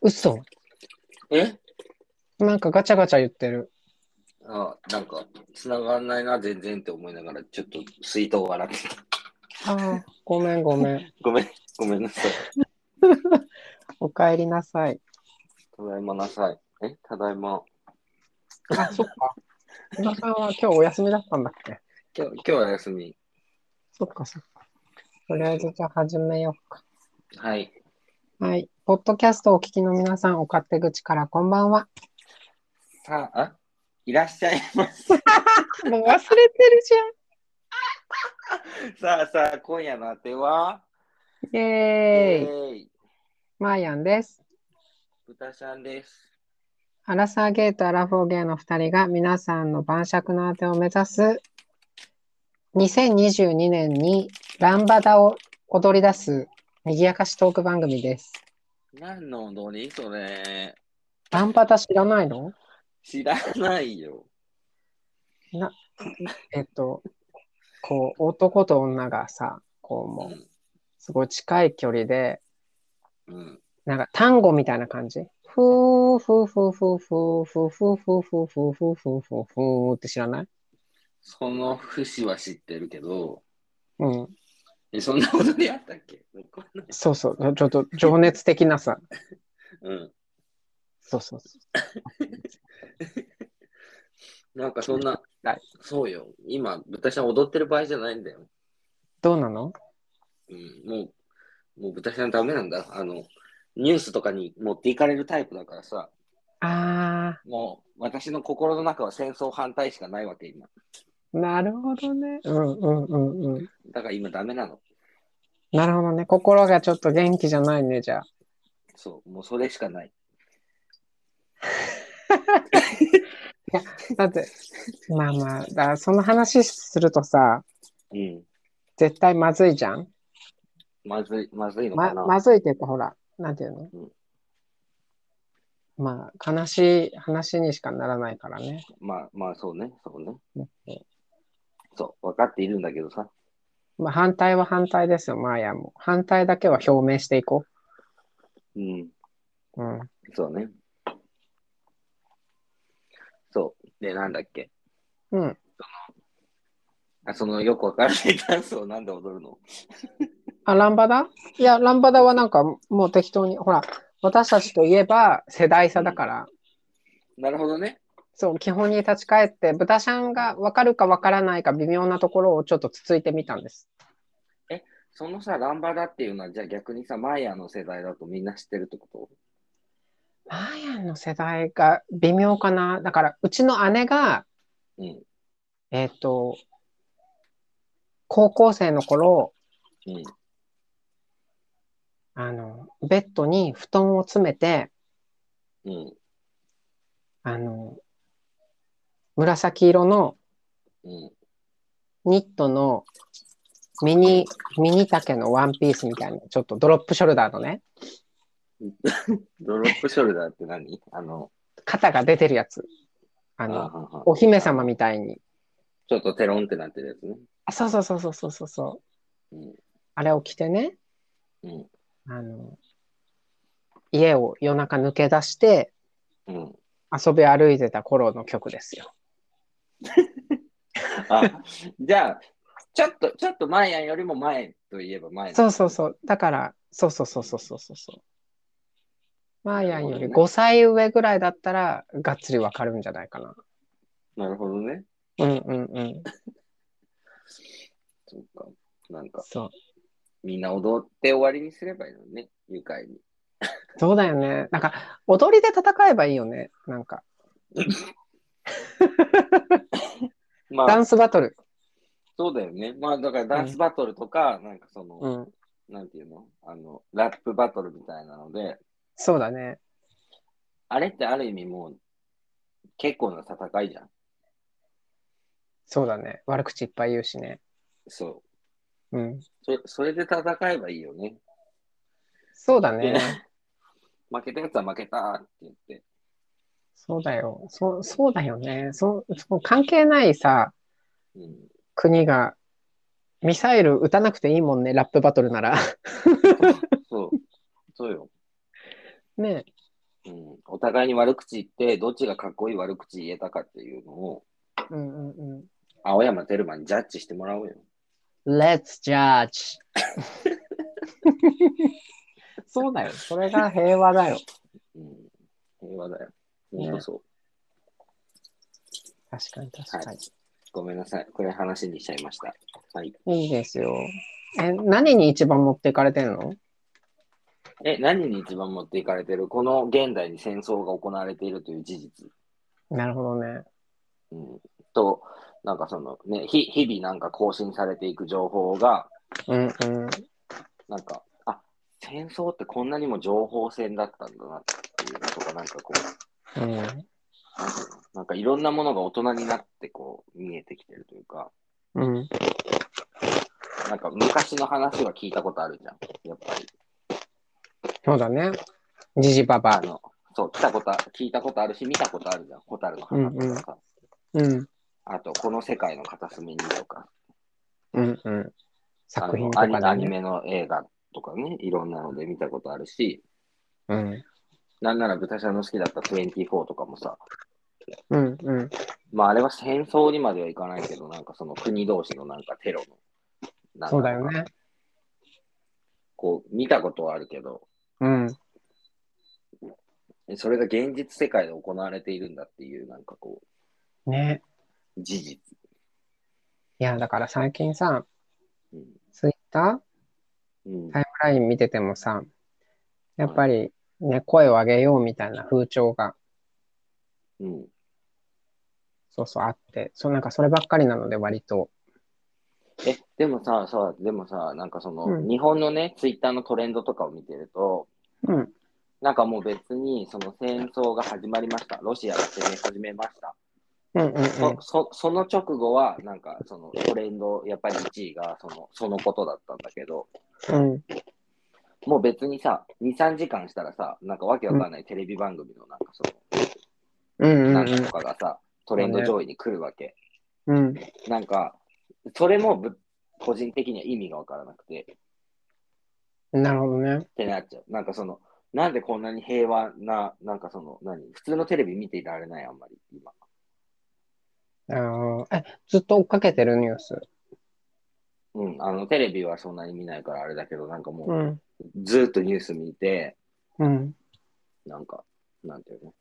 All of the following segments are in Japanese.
嘘えなんかガチャガチャ言ってる。あなんか、繋がんないな、全然って思いながら、ちょっと水筒を洗って た。ああ、ごめんごめん。ごめん、ごめんなさい。お帰りなさい。ただいまなさい。え、ただいま。あ、そっか。小田さんは今日お休みだったんだっけ今日、今日は休み。そっかそっか。とりあえずじゃあ始めようか。はい。はい。ポッドキャストをお聞きの皆さん、お勝手口からこんばんは。さあ、あいらっしゃいま せ。もう忘れてるさあさあ、今夜のあては、じゃん。イえエーイ。ーイ、マーヤンです。豚ちゃんです。アラサーゲーとアラフォーゲーの2人が皆さんの晩酌のあてを目指す2022年にランバダを踊り出す賑やかしトーク番組です。何の踊りそれ。ランバダ知らないの知らないよ。えっと、こう男と女がさ、こうもうすごい近い距離で、うん。なんか単語みたいな感じ。ふーふーふーふーふーふーふーふーふーふーふーふーふーふーって知らないその節は知ってるけど、うん。え、そんな踊りあったっけそうそう。ちょっと情熱的なさ。うん。そうそうそう。なんかそんなはい、そうよ。今、豚ちゃん踊ってる場合じゃないんだよ。どうなのうん、もう、もう豚ちゃんダメなんだ。あの、ニュースとかに持っていかれるタイプだからさ、あもう私の心の中は戦争反対しかないわけ、今。ー、なるほどね。うんうんうんうん。だから今ダメなの。なるほどね。心がちょっと元気じゃないね、じゃあ。そう、もうそれしかない。だって、まあまあ、だからその話するとさ、うん。絶対まずいじゃん。まずい、まずいのかまな。まずいっていうか、ほら、なんていうの、うんまあ、悲しい話にしかならないからね。まあ、まあ、そうね、そうね。うんそう、分かっているんだけどさ。まあ、反対は反対ですよ、マーヤも。反対だけは表明していこうん、う。うん。そうね。そう。で、なんだっけ。うん。あ、そのよくわからないダンスをなんで踊るの あ、ランバダいや、ランバダはなんかもう適当に、ほら、私たちといえば世代差だから、なるほどね。そう、基本に立ち返って、豚ちゃんが分かるか分からないか微妙なところをちょっとつついてみたんです。そのさ、ランバダっていうのは、じゃあ逆にさ、マイヤーの世代だとみんな知ってるってこマーヤンの世代が微妙かな。だから、うちの姉が、とうん。えっ、と、高校生の頃、うん。あの、ベッドに布団を詰めて、うん。あの、紫色のうん。ニットのミニ、ミニ丈のワンピースみたいな、ちょっとドロップショルダーのね、ドロップショルダーって何 あの、肩が出てるやつ。ああの、ははお姫様みたいに。ちょっとテロンってなってるやつね。あ、そうそうそうそうそうそうそう。うん。あれを着てね、うん。あの、家を夜中抜け出してうん。遊び歩いてた頃の曲ですよ。あ、 じゃあ、ちょっと、ちょっとマイヤーよりも前といえば前そうそうそう。だから、そうそうそうそうそうそうそう。マーヤンよりなるほどね5歳上ぐらいだったら、がっつりわかるんじゃないかな。う。なるほどね。うんうんうん。そうか。なんか、そう。みんな踊って終わりにすればいいのね。愉快に。そうだよね。なんか、踊りで戦えばいいよね。なんか、まダあ、ンスバトル。そうだよね。まあ、だからダンスバトルとか、なんかその、うん。なんていうのあの、ラップバトルみたいなので、そうだね。あれってある意味もう、結構な戦いじゃん。そうだね。悪口いっぱい言うしね。そう。うん。それそれで戦えばいいよね。そうだでね。負けたやつは負けたって言って。そうだよ。そう、そうだよね。そう、そう関係ないさ、うん、国が、ミサイル撃たなくていいも んね、ラップバトルなら。そう。そうよ。 ねお互いに悪口言って、どっちがかっこいい悪口言えたかっていうのを、うんうんうん。青山テルマにジャッジしてもらおうよ。 Let's judge. そうだよ。それが平和だよ。うん、平和だよ。本当そう。確かに確かに。ごめんなさい。これ話にしちゃいました。はい。いいですよ。え、何に一番持っていかれてんのえ、何に一番持っていかれてるこの現代に戦争が行われているという事実。なるほどね。うん、と、なんかそのね、ひ日々なんか更新されていく情報が、うんうん。なんか、あ、戦争ってこんなにも情報戦だったんだなっていうのとか、なんかこう、うんなんていうのなんかいろんなものが大人になってこう見えてきてるというか、うん。なんか昔の話は聞いたことあるじゃん。やっぱり。そうだね。ジジバあバ。の、そう、来たことあ、聞いたことあるし、見たことあるじゃん。ホタルの花とかさ。うん。あと、この世界の片隅にとか、うんうん。あ作品のとアかニだアニね。メの映画とかね、いろんなので見たことあるし、うん。なんなら豚車の好きだった24とかもさ、うんうん。まああれは戦争にまではいかないけど、なんかその国同士のなんかテロの、なんかそうだよね。こう、見たことはあるけど、うん。それが現実世界で行われているんだっていう、なんかこね。う、事実。いや、だから最近さ、うん。ツイッターうんタイムライン見ててもさ、やっぱりね、声を上げようみたいな風潮が、うんそうそうあって、そうなんかそればっかりなので割と。え、でもさ、さ、でもさ、なんかその、うん日本のね、ツイッターのトレンドとかを見てると、うん。なんかもう別に、その戦争が始まりました。ロシアが攻め始めました。うんうんうんそそその直後は、なんかそのトレンド、やっぱり1位がそのそのことだったんだけど、うん。もう別にさ、2、3時間したらさ、なんかわけわかんないテレビ番組のなんかそうんの、うなんんかとかがさ、トレンド上位に来るわけ。うん。うん。なんか、それもぶ個人的には意味がわからなくて、なるほどねっ。てなっちゃう。なんかその、なんでこんなに平和な、なんかその、何普通のテレビ見ていられない、あんまり、今。あのえ、ずっと追っかけてるニュース。うん、あの、テレビはそんなに見ないからあれだけど、なんかもん。う、ずーっとニュース見て、うん。なんか、なんていうの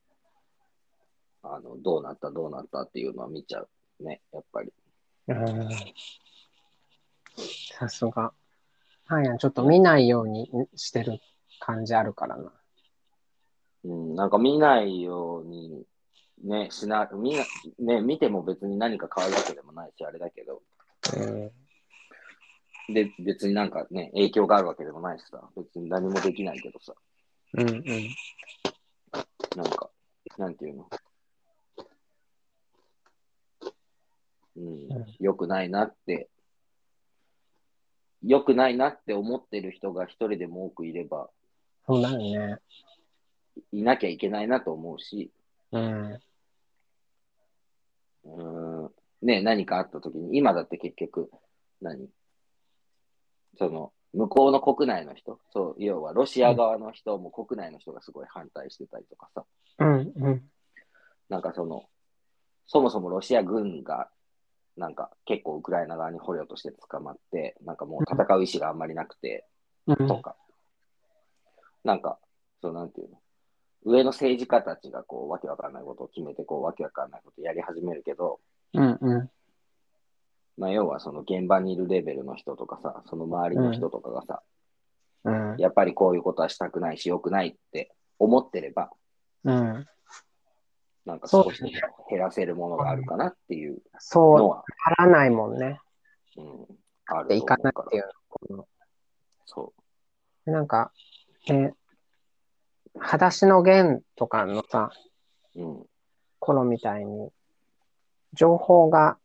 あの、どうなった、どうなったっていうのは見ちゃう。ね、やっぱり。うんさすが。はいや、ちょっと見ないようにしてる感じあるからな。うん、なんか見ないように、ね、しな、見な、ね、見ても別に何か変わるわけでもないし、あれだけど、うん。で、別になんかね、影響があるわけでもないしさ、別に何もできないけどさ、うんうん。なんか、なんていうの。うんうん、良くないなって、良くないなって思ってる人が一人でも多くいれば、そうだよね。いなきゃいけないなと思うし、うん。うーん、ね、何かあった時に、今だって結局、何その、向こうの国内の人、そう、要はロシア側の人も国内の人がすごい反対してたりとかさ、うんうん。なんかその、そもそもロシア軍が、なんか結構ウクライナ側に捕虜として捕まって、なんかもう戦う意思があんまりなくて、うんとか、なんか、そうなんていうの、上の政治家たちがこう、わけわかんないことを決めて、こう、わけわかんないことやり始めるけど、うんうん。まあ、要はその現場にいるレベルの人とかさ、その周りの人とかがさ、うん。やっぱりこういうことはしたくないし、良くないって思ってれば、うん。なんか少しでも減らせるものがあるかなっていうのそう、は、ならないもんね。うん、あるとで、思いかなういかっていら。うこその。なんか、ね、裸足の弦とかのさ、う。うん。頃みたいに、情報が、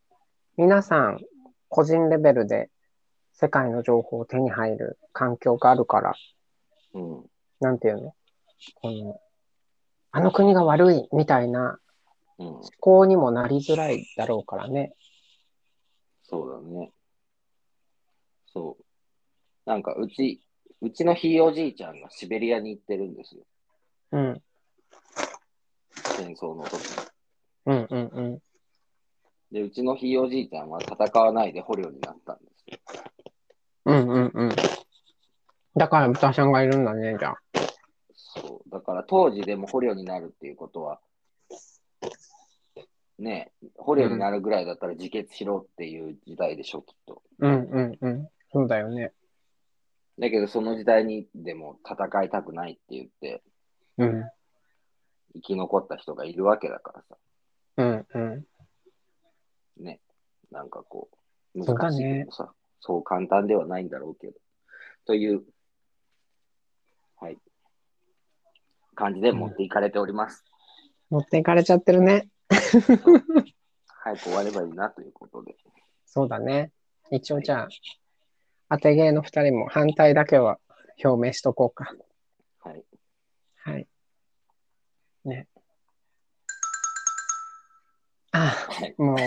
皆さん、個人レベルで世界の情報を手に入る環境があるから、うん。なんていうのこの、あの国が悪いみたいなうん。思考にもなりづらいだろうからね。そうだね。そう。なんか、うち、うちのひいおじいちゃんがシベリアに行ってるんですよ。うん。争の時うんうんうん。で、うちのひいおじいちゃんは戦わないで捕虜になったんですよ。うんうんうん。だから豚さんがいるんだね、じゃあ。そう。だから当時でも捕虜になるっていうことは、ねえ、捕虜になるぐらいだったら自決しろっていう時代でしょ、きっと。うんうんうん。そうだよね。だけどその時代にでも戦いたくないって言ってうん。生き残った人がいるわけだからさ、うんうん。ね。なんかこう、そうだ難しいねけどさ、そう,、簡単ではないんだろうけど。という、はい。感じで持っていかれております。持っていかれちゃってるね。早く終わればいいなということで。そうだね。一応じゃあ、当て芸の二人も反対だけは表明しとこうか。はい。はい。ね。あはいあ、もう。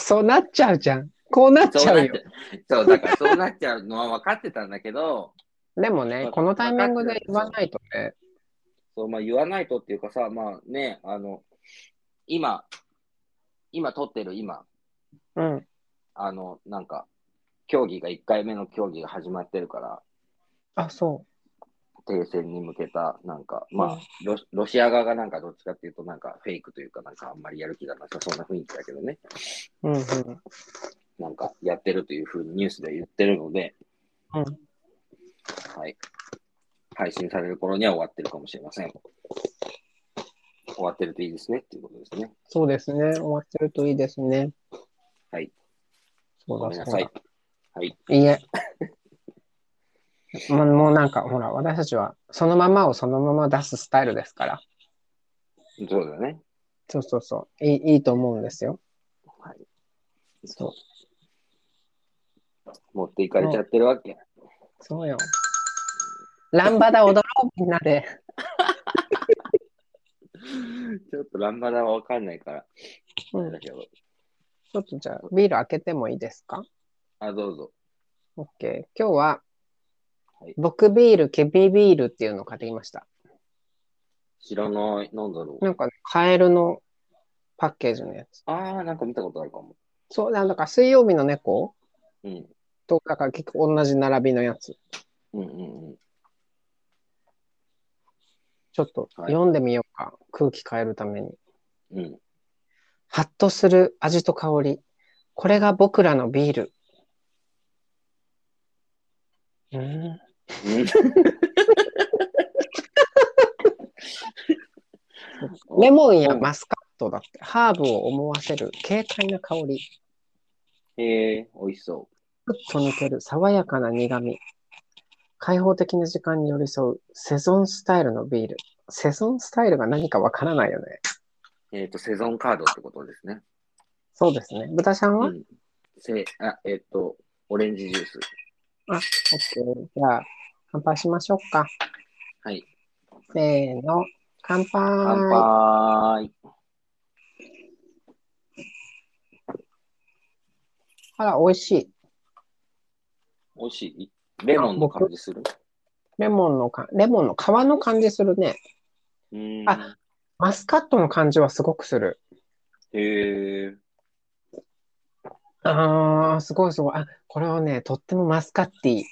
そうなっちゃうじゃん。こうなっちゃそうなうっよち。ゃう。そう、だからそうなっちゃうのは分かってたんだけど、でもね、このタイミングで言わないとね。そう、まあ言わないとっていうかさ、まあね、あの、今、今撮ってる今、うん。あの、なんか、競技が、1回目の競技が始まってるから、あ、そ停戦に向けた、なんか、うまんあ、ロシロシア側がなんかどっちかっていうと、なんかフェイクというか、なんかあんまりやる気がなさそうな雰囲気だけどね、う。うんうん。なんかやってるというふうにニュースで言ってるので、うんはい。配信される頃には終わってるかもしれません。終わってるといいですねっていうことですね。そうですね。終わってるといいですね。はい。そごうめんだなそうさだ。い。はい。いいえ。 もうもうなんか、ほら、私たちはそのままをそのまま出すスタイルですから。そうだね。そうそうそう。いいいいと思うんですよ。はい。そう。持っていかれちゃってるわけ。そうよ。ランバダ踊ろう、みんなで。ちょっとランバダはわかんないから、うあれんだ、けど。ちょっとじゃあ、ビール開けてもいいですかあ、どうぞ。 ?OK。今日ははい、僕ビール、ケビビールっていうのを買ってきました。知らない。なんだろう。なんか、ね、カエルのパッケージのやつ。あー、なんか見たことあるかも。そう、なんだから水曜日の猫うん。と、だから結構同じ並びのやつ。うんうんうん。ちょっとはい読んでみようか。空気変えるために。うん。ハッとする味と香り。これが僕らのビール。うーん。レモンやマスカットだって、ハーブを思わせる軽快な香り。へ えー、美味しそふっと抜ける爽やかな苦味。開放的な時間に寄り添うセゾンスタイルのビール。セゾンスタイルが何かわからないよね。う。えっ、と、セゾンカードってことですね。そうですね。豚ちゃんは、うオッん。せあ、えっ、と、オレンジジュース。ケー。じゃあ、乾杯しましょうか。はい。せーの。乾杯。乾杯。あら、美味しい。美味しい。レモンの感じする。レモンのか、レモンの皮の感じするね。うーん。あマスカットの感じはすごくする。へえ。あー、すごいすごい。あ、これはね、とってもマスカッティ。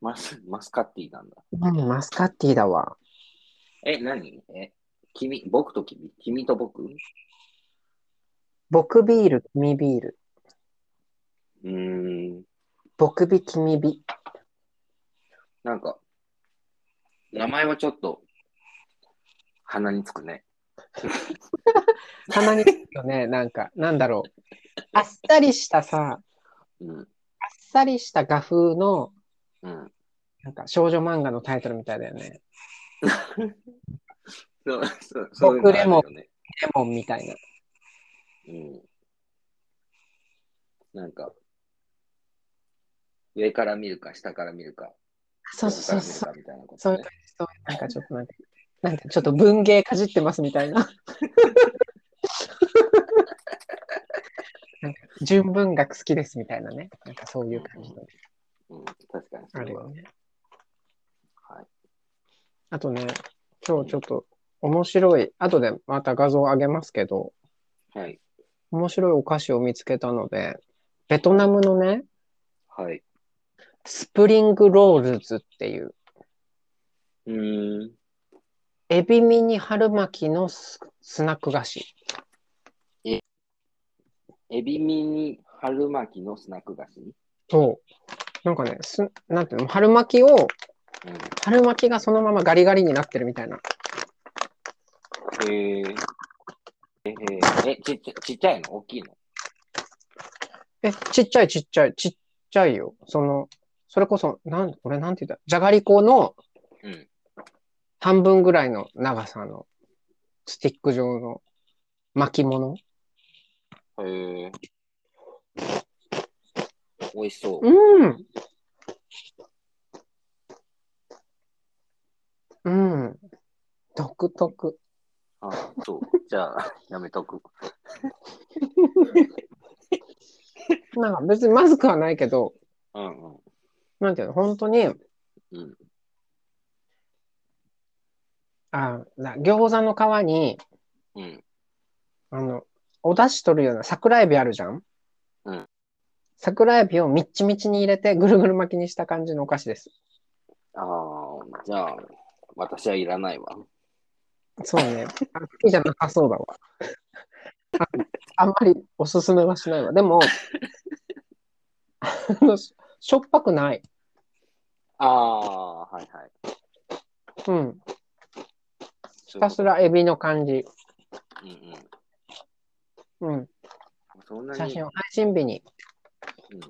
マス、マスカッティなんだ。うん、マスカッティだわ。え、何え、君、僕と君、君と僕う僕ビール、君ビール。ーん。僕ビ、君ビ。なんか、名前はちょっと、鼻につくね。鼻につくよね、 なんか、なんだろう。あっさりしたさ、うん。あっさりした画風の、うん。なんか少女漫画のタイトルみたいだよね。そう、そう、そういうのあるよね。レモンみたいな。うん。なんか、上から見るか、下から見るか、そうそうそう。上から見るかみたいなこと、そういうね感。じ、そういうなんかちょっとなんか、なんかちょっと文芸かじってますみたいな。なんか純文学好きですみたいなね。なんかそういう感じの。うん、確かにあそるれよは。ね。はい。あとね、今日ちょっと面白い、後でまた画像を上げますけど、はい。面白いお菓子を見つけたので、ベトナムのね、はい。スプリングロールズっていう、うーん。エビミニ春巻きのススナック菓子。エビミニ春巻きのスナック菓子そう。なんかね、すなんていうの、春巻きを、春巻きがそのままガリガリになってるみたいな。うん。えー、えーえちっちゃ、ちっちゃいの大きいのえ、ちっちゃいちっちゃい、ちっちゃいよ。その、それこそ、なん、これなんて言ったじゃがりこのうん。半分ぐらいの長さのスティック状の巻物。えー、美味しそう。うん。うん。独特。あ、そう。じゃあ、やめとく。なんか別にまずくはないけど、うんうん。なんていうの、本当に、うんあ、な餃子の皮に、うん。あの、お出汁取るような桜エビあるじゃんうん。桜エビをみっちみちに入れてぐるぐる巻きにした感じのお菓子です。ああ、じゃあ、私はいらないわ。そうね。 あ好きじゃなさそうだわ。 ああんまりおすすめはしないわ。で も、あのしょっぱくない。ああ、はいはい。うん。ひひたすらエビの感じ。うんうん。うん。そんなに。写真を配信日にうん。は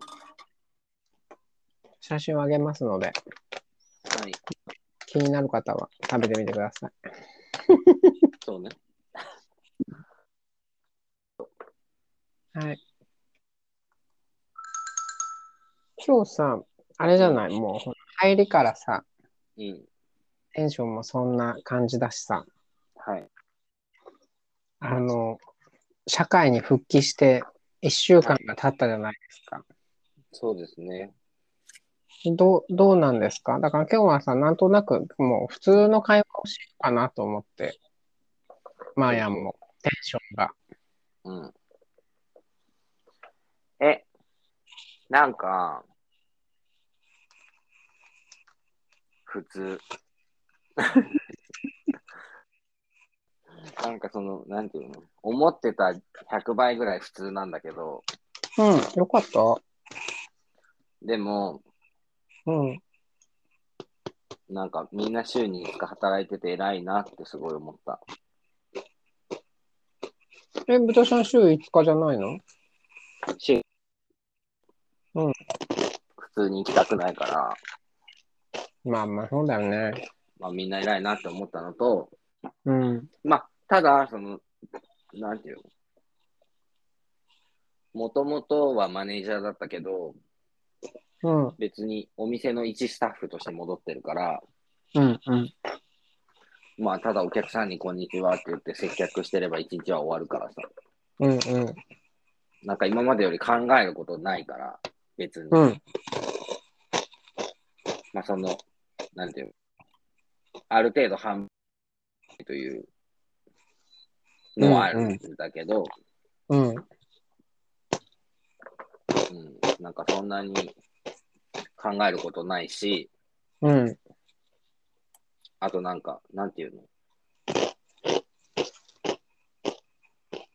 写真をあげますので、い。気になる方は食べてみてください。そうね。はい。今日さ、あれじゃない、もう入りからさ、うん。テンションもそんな感じだしさ、はい。あの、社会に復帰して1週間が経ったじゃないですか。そうですね。どう、どうなんですかだから今日はさ、なんとなくもう普通の会話をしようかなと思って、マーヤンもテンションが。うん。え、なんか、普通。 なんかその、なんていうの思ってた100倍ぐらい普通なんだけど、うん、よかった。でも、うん。なんかみんな週に5日働いてて偉いなってすごい思った。え、ブタさん週5日じゃないの週、うん普通に行きたくないから、まあまあ、そうだよね。まあ、みんな偉いなって思ったのと、うん。まあ、ただ、その、なんていうの。もともとはマネージャーだったけど、うん。別にお店の一スタッフとして戻ってるから、うん。うん。まあ、ただお客さんにこんにちはって言って接客してれば一日は終わるからさ、うん。うん。なんか今までより考えることないから、別に。うん。まあ、その、なんていうのある程度半分というのはあるんだけど、うん。うんなんかそんなに考えることないし、うん。あとなんか、なんていうの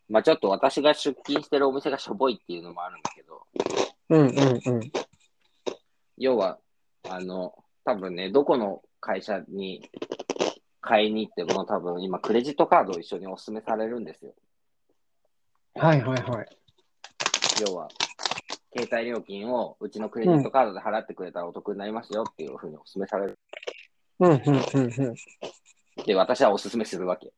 まあちょっと私が出勤してるお店がしょぼいっていうのもあるんだけど、うん。うん。要は、あの、多分ね、どこの会社に買いに行っても多分今クレジットカードを一緒にお勧めされるんですよ。はいはいはい。要は、携帯料金をうちのクレジットカードで払ってくれたらお得になりますよっていうふうにお勧めされる。うん。うん。うん。で、私はお勧めするわけ。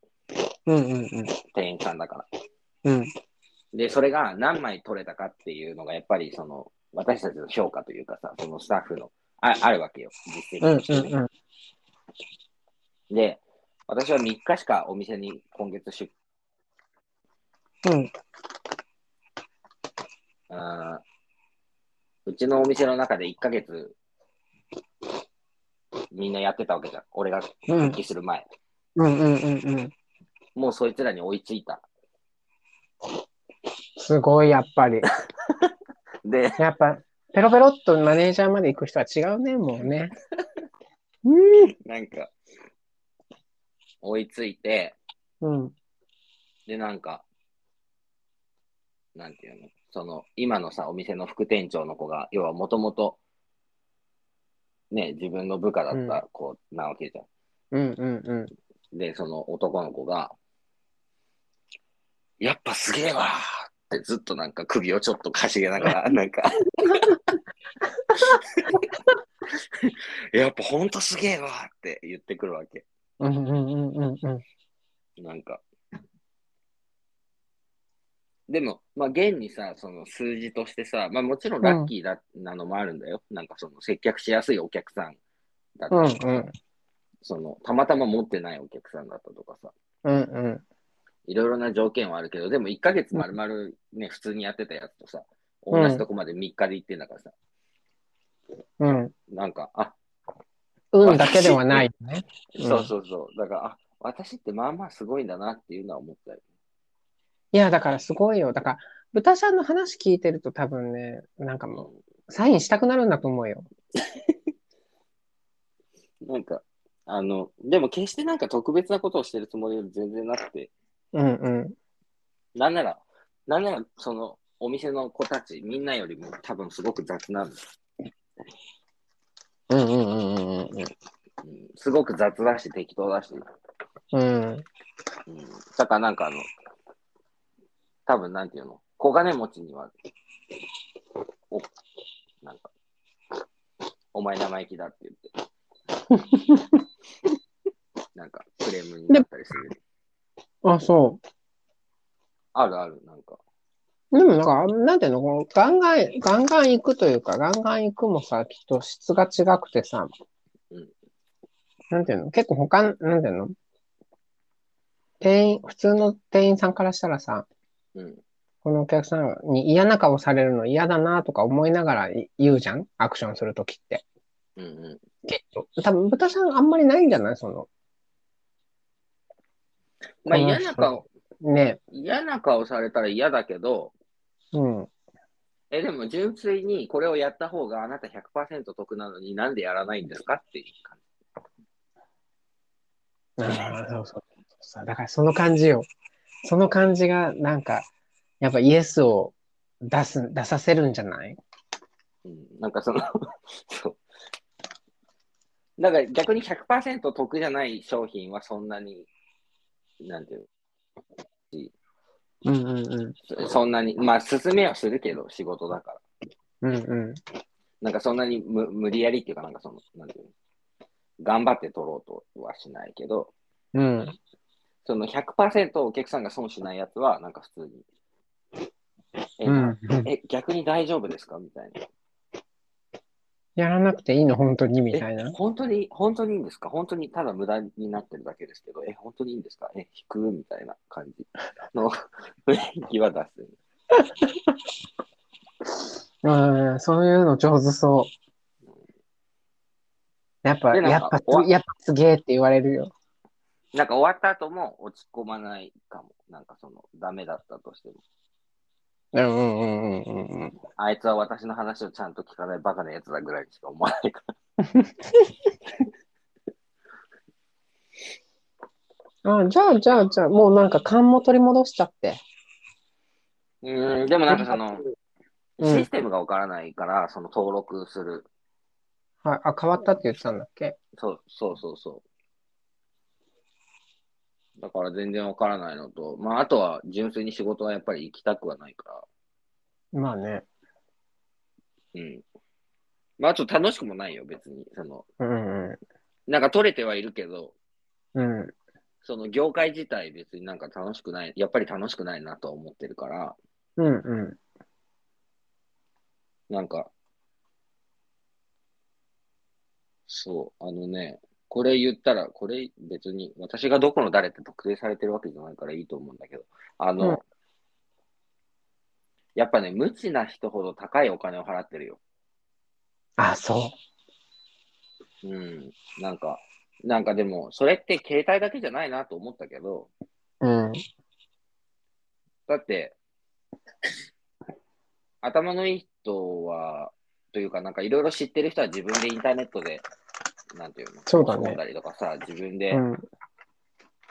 うん。うん。うん。店員さんだから。うん。で、それが何枚取れたかっていうのが、やっぱりその、私たちの評価というかさ、そのスタッフの、ああるわけよ、実うん績と。してね、うん。で、私は3日しかお店に今月出、うん。あーうちのお店の中で1ヶ月、みんなやってたわけじゃん。俺が復帰する前。うん。うんうんうんうん。もうそいつらに追いついた。すごい、やっぱり。で、やっぱ、ペロペロっとマネージャーまで行く人は違うね、もうね。うん。なんか、追いついて、うん。で、なんか、なんていうの、その、今のさ、お店の副店長の子が、要はもともと、ね、自分の部下だった子なわけじゃん。うんうんうん。で、その男の子が、やっぱすげえわーってずっとなんか首をちょっとかしげながら、なんか、やっぱほんとすげえわーって言ってくるわけ。うんうんうんうんうん。なんか。でも、まあ、現にさ、その数字としてさ、まあ、もちろんラッキーだ、なのもあるんだよ。なんかその接客しやすいお客さんだったうんりうん。そのたまたま持ってないお客さんだったとかさ、うんうん。いろいろな条件はあるけど、でも1ヶ月丸々ね、普通にやってたやつとさ、同じとこまで3日で行ってんだからさ、うん。なんか、あ、運だけではないよね。うんそうそうそう、だから、あ、私ってまあまあすごいんだなっていうのは思ったよ。いや、だからすごいよ。だから、豚ちゃんの話聞いてると多分ね、なんかもう、サインしたくなるんだと思うよ。なんか、あの、でも決してなんか特別なことをしてるつもりは全然なくて、うんうなんなら、なんなら、その、お店の子たち、みんなよりも多分すごく雑なんだ、ん。うんうんうんうんうん。うん。すごく雑だし、適当だし。うん。うん。だからなんかあの、多分なんていうの、小金持ちには、お、なんか、お前生意気だって言って。なんか、クレームになったりする。あ、そあるある、なんか。う。でもなんか、なんていうの、このガンガン、ガンガン行くというか、ガンガン行くもさ、きっと質が違くてさ、うんなんていうの、結構他、なんていうの、店員、普通の店員さんからしたらさ、うん。このお客さんに嫌な顔されるの嫌だなとか思いながらい言うじゃんアクションするときって。うんうん。きっと。多分、豚さんあんまりないんじゃないその、まあ嫌な顔、ね。嫌な顔されたら嫌だけど、うん。え、でも純粋にこれをやった方があなた100%得なのになんでやらないんですかっていう感ああ、そうそうそう。だからその感じよ。その感じが、なんか、やっぱイエスを出す、出させるんじゃないじ。うん、なんかその、 そう。だから逆に100%得じゃない商品はそんなに、なんていううんうんうん。の、そそんなに、まあ、進めはするけど、仕事だから。うんうん。なんかそんなに無無理やりっていうか、なんかその、なんていうの、頑張って取ろうとはしないけど、うん。その100%お客さんが損しないやつは、なんか普通に。え、うんうん。え逆に大丈夫ですかみたいな。やらなくていいの、本当に、みたいえな。本当に、本当にいいんですか本当にただ無駄になってるだけですけど、え、本当にいいんですかえ、引くみたいな感じの 雰囲気は出す。うん、そういうの上手そう。やっぱ、でなやんっかぱお、やっぱすげえって言われるよ。なんか終わった後も落ち込まないかも。なんかその、ダメだったとしても。うんうんうんうんうんうん。あいつは私の話をちゃんと聞かないバカなやつだぐらいにしか思わないから。あじゃあ、じゃあ、じゃあ、もうなんか勘も取り戻しちゃって。うん、でもなんかそうの、んシステムがわからないから、その登録する。はい、あ、変わったって言ってたんだっけそうそうそうそう。だから全然わからないのと、まああとは純粋に仕事はやっぱり行きたくはないから。まあね。うん。まあ、ちょっと楽しくもないよ、別に。その、うんうなんか取れてはいるけど、ん。うん。その業界自体別になんか楽しくない、やっぱり楽しくないなとは思ってるから、うんうなんか、そう、あのね、これ言ったら、これ別に、私がどこの誰って特定されてるわけじゃないからいいと思うんだけど、あの、うんやっぱね、無知な人ほど高いお金を払ってるよ。ん。あ、そうん、なんか、なんかでも、それって携帯だけじゃないなと思ったけど、うん。だって、頭のいい人は、というか、なんかいろいろ知ってる人は自分でインターネットで、なんていうの、そうだね申し込んだりとかさ、自分でうん。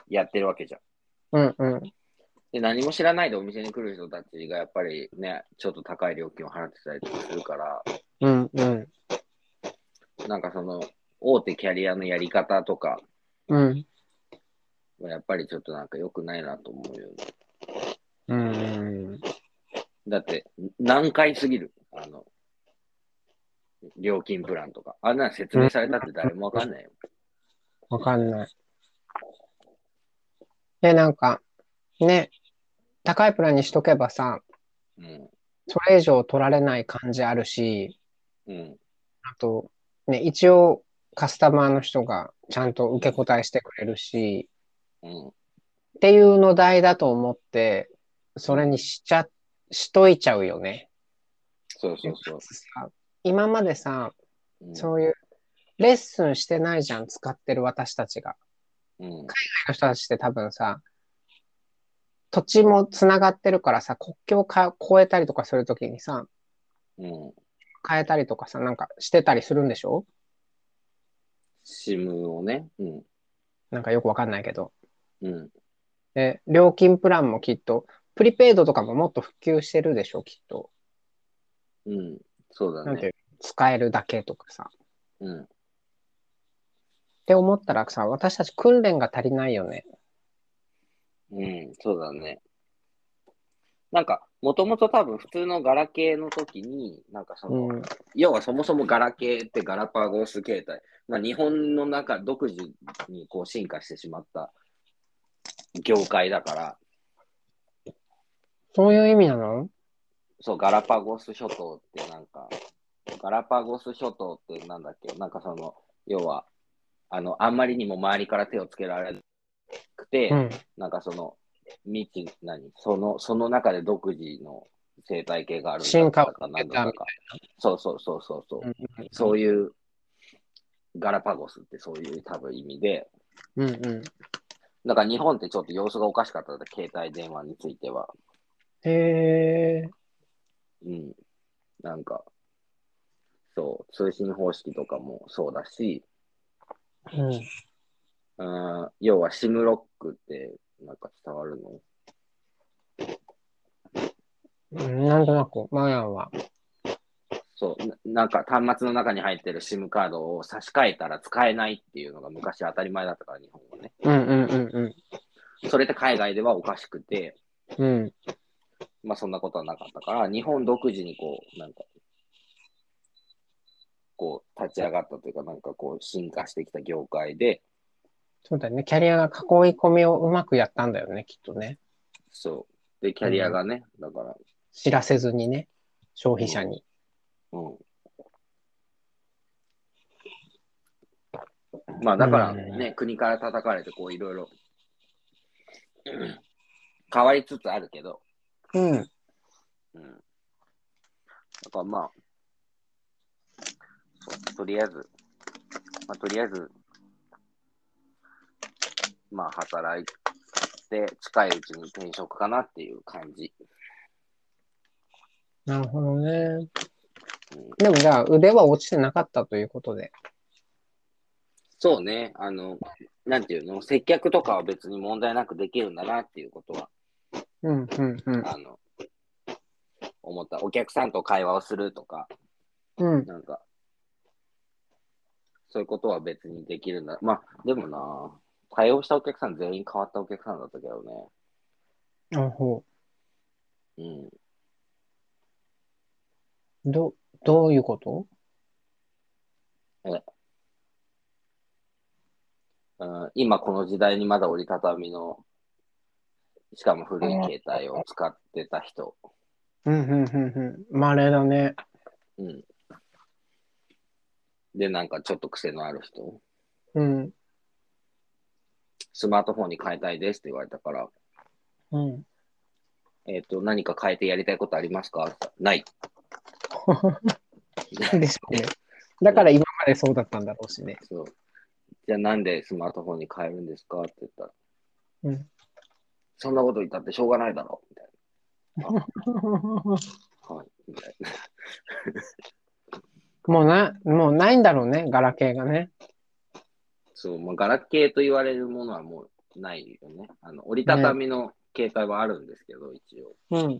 やってるわけじゃん。うん。うん。で、何も知らないでお店に来る人たちがやっぱりね、ちょっと高い料金を払ってたりとかするから、うん。うん。なんかその、大手キャリアのやり方とか、うん。やっぱりちょっとなんか良くないなと思うよね。うん。だって、難解すぎる。あの、料金プランとか。あんなの説明されたって誰もわかんないよ。わかんない。で、なんか、ね、高いプランにしとけばさ、うん。それ以上取られない感じあるし、うん。あと、ね、一応カスタマーの人がちゃんと受け答えしてくれるし、うん。っていうの代だと思って、それにしちゃ、しといちゃうよね。そうそうそう。さ今までさ、うん、そういうレッスンしてないじゃん、使ってる私たちが。うん。の人たちって多分さ、土地もつながってるからさ、国境をか越えたりとかするときにさ、うん。変えたりとかさ、なんかしてたりするんでしょシムをね。うん。なんかよくわかんないけど。うん。で、料金プランもきっと、プリペイドとかももっと普及してるでしょ、きっと。うん。そうだなんていね。うの使えるだけとかさ。っうん。て思ったらさ、私たち訓練が足りないよね。うん。そうだね。なんか、もともと多分普通のガラケーの時に、なんかその、うん。要はそもそもガラケーってガラパゴス形態。まあ、日本の中独自にこう進化してしまった業界だから、そういう意味なのそう、ガラパゴス諸島ってなんか、ガラパゴス諸島ってなんだっけなんかその、要は、あの、あんまりにも周りから手をつけられなくて、うん。なんかその、未知、何その、その中で独自の生態系があるんだ進化をとかなん遂げただみとか。そうそうそうそうそう。うそん。ういう、ガラパゴスってそういう多分意味で、うんうん。だから日本ってちょっと様子がおかしかったんだ携帯電話については。へえ。うん。なんか、そう、通信方式とかもそうだし、うん。うん、要はシムロックって、なんか伝わるのうんなんとなく、マヤンは。そうな、なんか端末の中に入ってる SIM カードを差し替えたら使えないっていうのが昔当たり前だったから、日本はね。うんうんうんそれって海外ではおかしくて、うん。うん。まあそんなことはなかったから、日本独自にこう、なんか、こう、立ち上がったというか、なんかこう、進化してきた業界で、そうだよね。キャリアが囲い込みをうまくやったんだよね、きっとね。そう。で、キャリアがね、だから、知らせずにね、消費者に。うん。まあだからね、国から叩かれて、こう、いろいろ、うん変わりつつあるけど、うん。うん。だからまあ、そうとりあえず、まあ、とりあえず、まあ、働いて、近いうちに転職かなっていう感じ。なるほどね。うんでもじゃあ、腕は落ちてなかったということで。そうね、あの、なんていうの、接客とかは別に問題なくできるんだなっていうことは、うんうんうん。あの、思った。お客さんと会話をするとか、うん。なんか、そういうことは別にできるんだ。まあ、でもな、対応したお客さん全員変わったお客さんだったけどなるほね。ど。ど、どういうことうん。うん、今この時代にまだ折りたたみの、しかも古い携帯を使ってた人。うんうんうんうん。まれだね。うん。で、なんかちょっと癖のある人。うん。スマートフォンに変えたいですって言われたから、うん。 えっ、と、何か変えてやりたいことありますかない。 でしょうね。だから今までそうだったんだろうしね。そう。じゃあなんでスマートフォンに変えるんですかって言ったら、うんそんなこと言ったってしょうがないだろみたいな。はい。みたいな。もうな、もうないんだろうね、ガラケーがね。そう、まあ、ガラケーと言われるものはもうないよね。あの折りたたみの携帯はあるんですけど、一応、うん。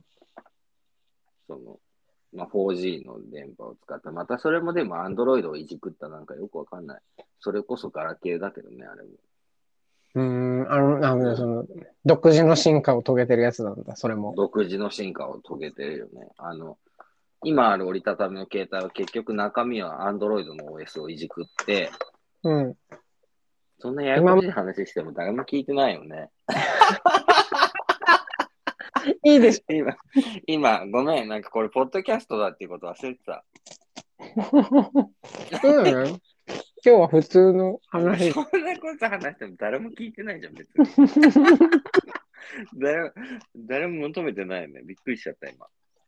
その、まあ、4G の電波を使った。またそれもでも Android をいじくったなんかよくわかんない。それこそガラケーだけどね、あれも。うーん、あの、あの、その、独自の進化を遂げてるやつなんだ、それも。独自の進化を遂げてるよね。あの、今ある折りたたみの携帯は結局中身は Android の OS をいじくって、うん。そんなややこしい話しても誰も聞いてないよね。 いいでし今、今、ごめん、なんかこれ、ポッドキャストだっていうこと忘れてた。ょ。そうなの 今日は普通の話。 そんなこと話しても誰も聞いてないじゃん、別に。 誰も誰も求めてないよね。びっくりしちゃった、今。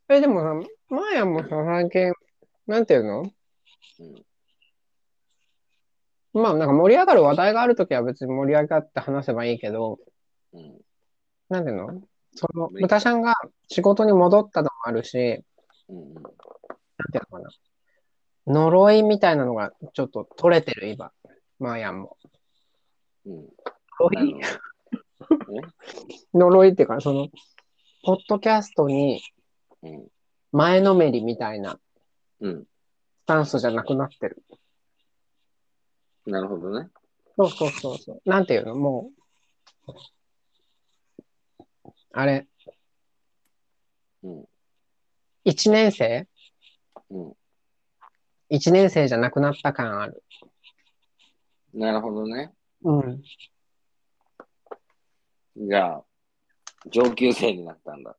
え、でもさ、マーヤもさ、最近、なんていうのうん、まあ、なんか盛り上がる話題があるときは別に盛り上がって話せばいいけど、うん、なんていうのその、無理ムタちゃんが仕事に戻ったのもあるし、うん、うん。なんていうのかな。呪いみたいなのがちょっと取れてる、今。マーヤンも。うん、呪い呪いっていうか、その、ポッドキャストにあの前のめりみたいなうん、スタンスじゃなくなってる。うん。なるほどね。そうそうそうそう。なんていうのもう、あれ、うん、一年生うん。一年生じゃなくなった感ある。なるほどね。うん。じゃあ、上級生になったんだ。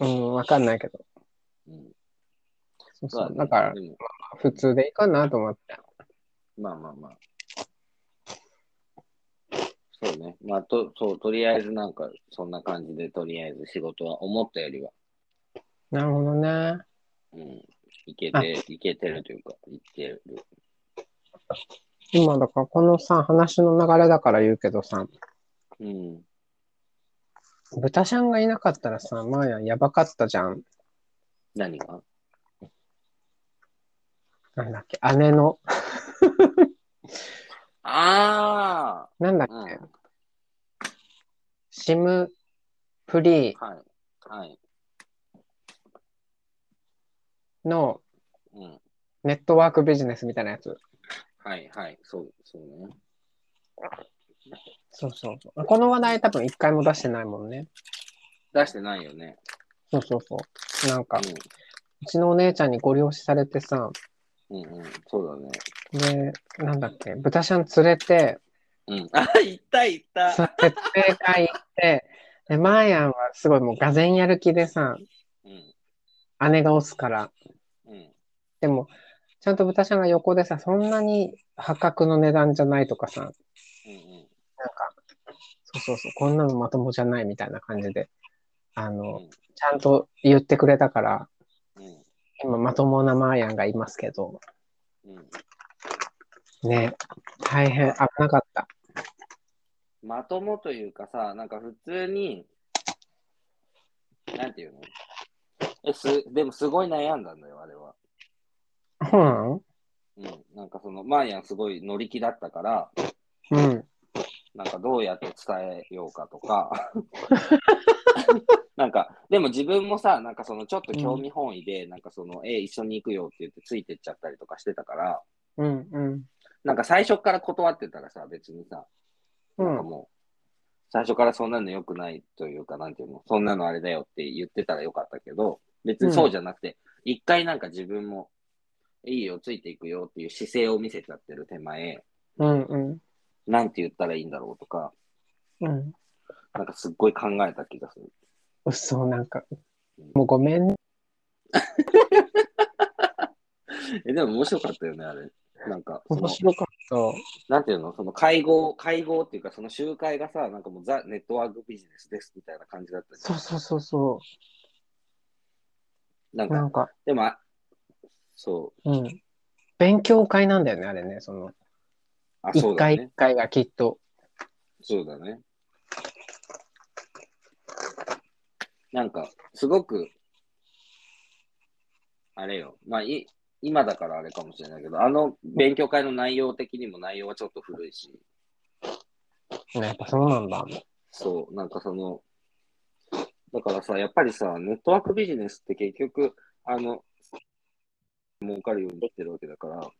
うん、わかんないけど。うん、そうまそあう。だから、でも普通でいいかなと思って。まあまあまあ。そうね。まあ、と、そう、とりあえずなんか、そんな感じで、とりあえず仕事は思ったよりは、なるほどね。うん、いけあて、いけてるというか、いける。今、だからこのさ、話の流れだから言うけどさ、うん。豚ちゃんがいなかったらさ、まあやんやばかったじゃん。何がなんだっけ、姉の、あなんだっあうん。はけ、い。シムプリはい。のうん。ネットワークビジネスみたいなやつ。はい、はい。そう、そうね。そうそうそう。この話題多分一回も出してないもんね。出してないよね。そうそうそう。なんか、うちのお姉ちゃんにご利用しされてさ、うん。うん、うん。そうだね。で、なんだっけ、豚ちゃん連れて、うん。あ、いった、いった。そう説明会行って、で、マーヤンはすごいもうがぜんやる気でさ、うん。姉が押すから。うん。でも、ちゃんと豚ちゃんが横でさ、そんなに破格の値段じゃないとかさ、なんか、うん。そうそうそう、こんなのまともじゃないみたいな感じで、あうの、ん。ちゃんと言ってくれたから、うん。今まともなマーヤンがいますけど、うん。ね、大変危なかった。まともというかさ、なんか普通に、なんていうのえすでもすごい悩んだんだよ、あれは。そうなのうん。なんかその、マーヤンすごい乗り気だったから、うん。なんかどうやって伝えようかとか。 なんか、でも自分もさ、なんかそのちょっと興味本位で、なんかその、え、一緒に行くよって言ってついてっちゃったりとかしてたから、うんうん。なんか最初から断ってたらさ、別にさ、うなんかん。もう、最初からそんなの良くないというか、なんていうの、そんなのあれだよって言ってたらよかったけど、別にそうじゃなくて、一回なんか自分も、いいよ、ついていくよっていう姿勢を見せちゃってる手前、うんうん。なんて言ったらいいんだろうとか、うん。なんかすっごい考えた気がする。嘘、なんか、もうごめん。え、でも面白かったよね、あれ。なんか、そ面の、白かった。なんていうの、その会合、会合っていうか、その集会がさ、なんかもうザ・ネットワークビジネスですみたいな感じだったじゃそうそうそうそん。なんう。なか、んか、でも、あそう、うん。勉強会なんだよね、あれね。その、あ、そ一うだ回一ね。回がきっ と。そうだね。なんか、すごく、あれよ。まあ、い、今だからあれかもしれないけど、あの勉強会の内容的にも内容はちょっと古いし、ねやっぱそうなんだ。そう、なんかその、だからさ、やっぱりさ、ネットワークビジネスって結局、あの、儲かるようになってるわけだから、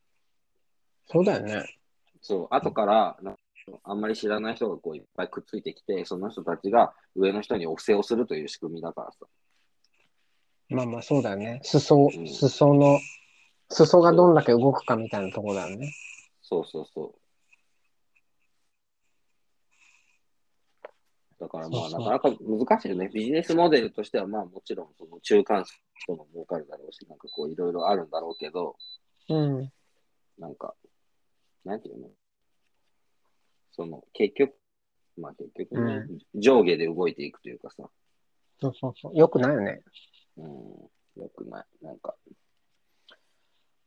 そうだよね。そう、後から、なあんまり知らない人がこういっぱいくっついてきて、その人たちが上の人にお布施をするという仕組みだからさ。まあまあそうだよね。裾う、ん裾の、裾がどんだけ動くかみたいなとこだよね。そうそうそう。だからまあ、そうそうなかなか難しいよね。ビジネスモデルとしては、まあもちろん、その中間層とも儲かるだろうし、なんかこういろいろあるんだろうけど、うん。なんか、なんていうのその、結局、まあ結局ね、上下で動いていくというかさ、そうそうそう。よくないよね。うん、よくない。なんか、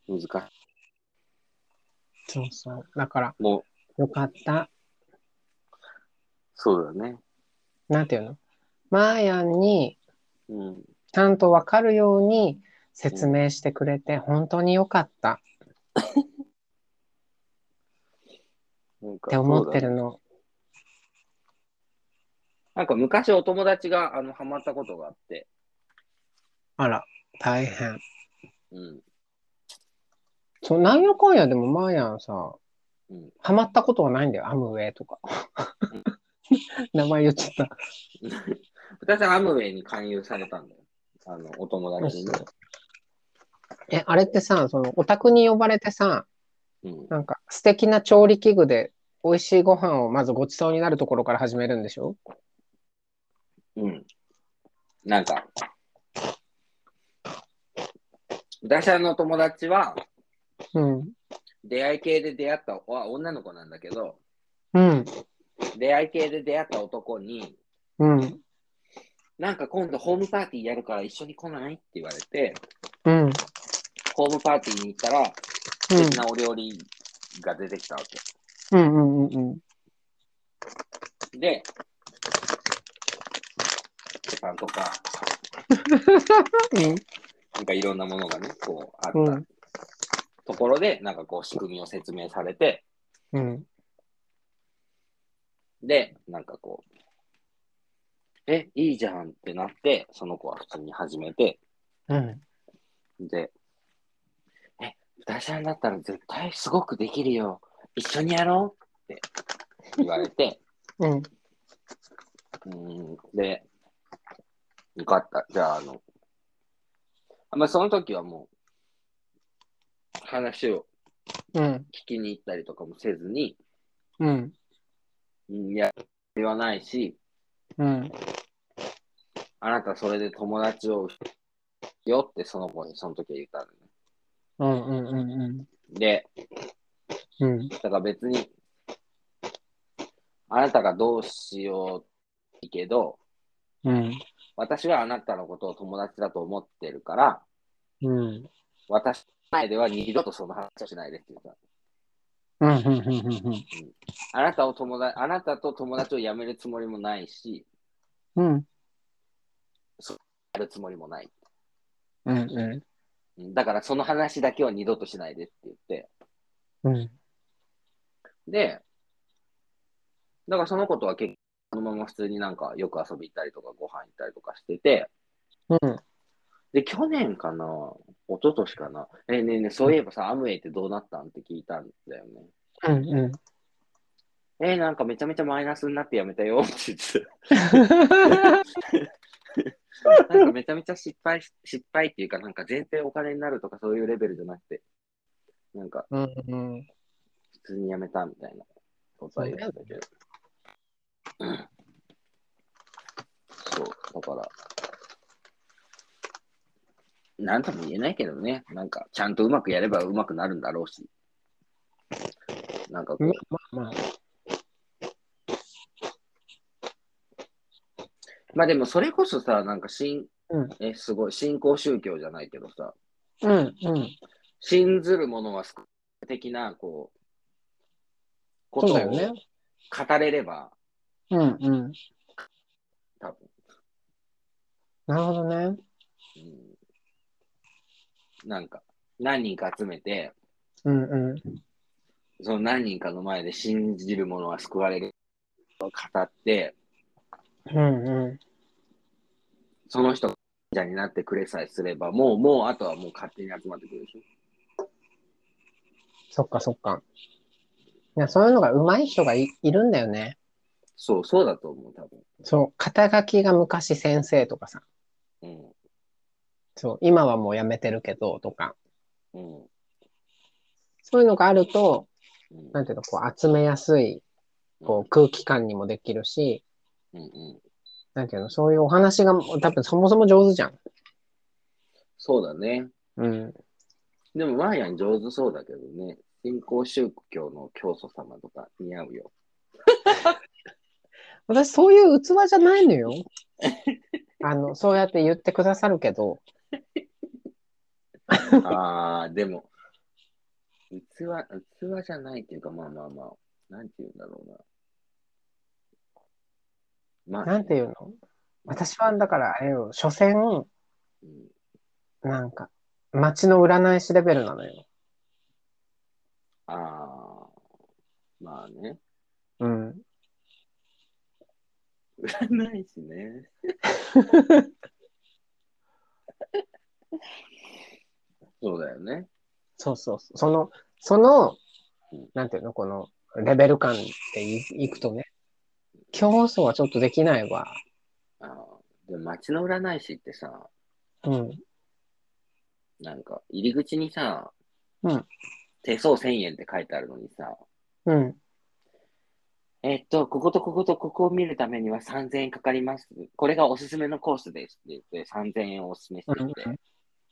難しい。そうそう。だから、もう、よかった。そうだね。なんていうのマーヤンに、うん。ちゃんとわかるように説明してくれて、本当によかったっなんかて思ってるの。なんか昔お友達があのハマったことがあって、あら、大変。うん、そう、なんやかんやでもマーヤンさ、うんハマったことはないんだよ。アムウェイとか。名前言っちゃった。私はアムウェイに勧誘されたんだよ。あの、お友達にね。え、あれってさ、その、お宅に呼ばれてさ、うん、なんか素敵な調理器具で美味しいご飯をまずごちそうになるところから始めるんでしょうん。なんか、私の友達はうん。出会い系で出会った、は女の子なんだけど、うん。出会い系で出会った男に、うん。なんか今度ホームパーティーやるから一緒に来ないって言われて、うん。うん。ホームパーティーに行ったら、素敵なお料理が出てきたわけ。うん。うん。うん。で、パンとか、なんかいろんなものがね、こうあうっん。たところで、なんかこう仕組みを説明されて、うん。で、なんかこう、え、いいじゃんってなって、その子は普通に始めて、うん。で、え、私さんだったら絶対すごくできるよ。一緒にやろうって言われて、うん。うーん、で、よかった。じゃあ、あの、あまあ、その時はもう、話をうん。聞きに行ったりとかもせずに、うん。うんいや、言わないし、うん。あなたそれで友達をよってその子にその時は言ったのね。うん。うん。うん。で、うん。だから別に、あなたがどうしよういいけど、うん。私はあなたのことを友達だと思ってるから、うん。私の前では二度とその話はしないでって言った。うん。うん。あなたを友達、あなたと友達を辞めるつもりもないし、うん。やるつもりもない。うん。うんだからその話だけは二度としないでって言って。うん。で、だからそのことは結構、そのまま普通になんかよく遊び行ったりとかご飯行ったりとかしてて、うん。で、去年かな、一昨年かな、えねえねえ、そういえばさ、アムウェイってどうなったんって聞いたんだよね。うん。うん。えなんかめちゃめちゃマイナスになってやめたよって言ってた。なんかめちゃめちゃ失敗し、失敗っていうか、なんか全然お金になるとかそういうレベルじゃなくて、なんかうん。うん。普通にやめたみたいなことは言ってたけど。うんそう、だから、なんとも言えないけどね、なんかちゃんとうまくやればうまくなるんだろうし、なんかこう、まあまあ。まあでもそれこそさ、なんか新、うん。え、すごい、新興宗教じゃないけどさ、うん。うん。信ずるものは少ない的な、こう、こそうとだよをね。語れれば、うんうん。多分、なるほどね。うん、なんか、何人か集めて、うんうん。その何人かの前で信じるものは救われると語って、うんうその人が信者になってくれさえすれば、もう、もう、あとはもう勝手に集まってくるでしょ。ん。そっかそっか。いや、そういうのが上手い人がいいるんだよね。そう、そうだと思う、多分。そう、肩書きが昔先生とかさ。そう、今はもうやめてるけどとか。うん、うん、そういうのがあると、うん。なんていうの、こう集めやすい、こう空気感にもできるし、うんうん、なんていうの、そういうお話が多分そもそも上手じゃん。そうだね。うん。でも、ワイヤン上手そうだけどね。新興宗教の教祖様とか似合うよ。私そういう器じゃない のよ。あの、そうやって言ってくださるけど、ああ、でも、器、器じゃないっていうか、まあまあまあ、なんて言うんだろうな。まあ、なんていうの私はだから、あれよ、所詮、うんなんか、街の占い師レベルなのよ。ああ、まあね。うん。占い師ね。 そうだよね。そうそうそう。その、そのうん、なんていうの、この、レベル感でいいくとね、競争はちょっとできないわ。あーでも街の占い師ってさ、うん。なんか、入り口にさ、うん手相1000円って書いてあるのにさ、うん。えっと、こことこことここを見るためには3000円かかります。これがおすすめのコースですって言って3000円をおすすめしてきて、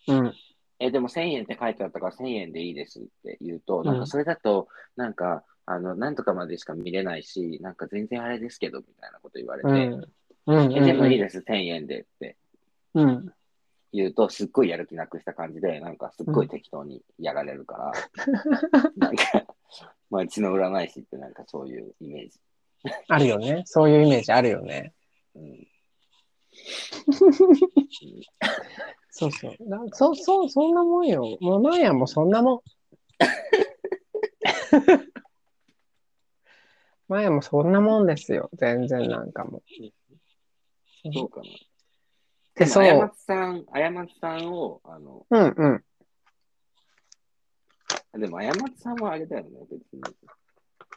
うん。え、でも1000円って書いてあったから1000円でいいですって言うと、んなんかそれだと、なんか、あの、なんとかまでしか見れないし、なんか全然あれですけど、みたいなこと言われて、うん。うん。え、でもいいです、1000円でってうん。言うと、すっごいやる気なくした感じで、なんかすっごい適当にやられ るから、なんか、街の占い師ってなんかそういうイメージ。あるよね。そういうイメージあるよね。うん、そうそう。なそうそう、そんなもんよ。もうマーヤもそんなもん。マーヤもそんなもんですよ。全然なんかもう。そうかな。で、そあやまう。つさん、あやまつさんを、あの、うんうん。でもあやまつさんはあれだよね、別に。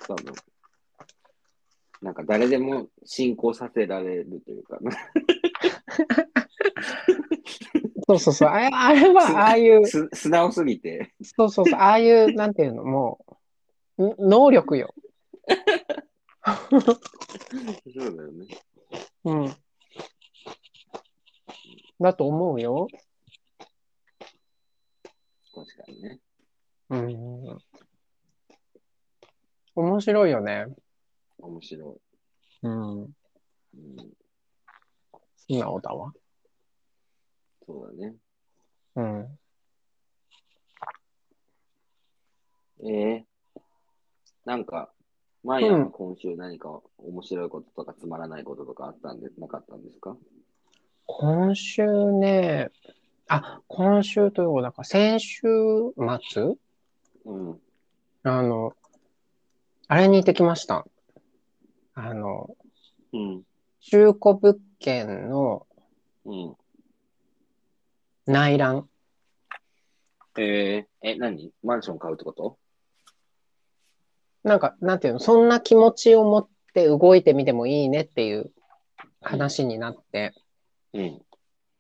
多分。なんか誰でも進行させられるというか、なんかそうそうそう。あれあれは、ああいう。す素直すぎて、そうそうそう、ああいう、なんていうの、もう、ん能力よ。そうだよね。うん。だと思うよ。確かにね。うん。面白いよね。面白うん。い。うん、素直だわ。そうだね。うん。ええなんか、前うはん今週何か面白いこととかつまらないこととかあったんで、なかったんですか今週ね、あ、今週というか、なんか先週末うん。あの、あれに行ってきました。あの、うん。中古物件のうん。内覧。えええ、何マンション買うってことなんか、なんていうの、そんな気持ちを持って動いてみてもいいねっていう話になって、うん。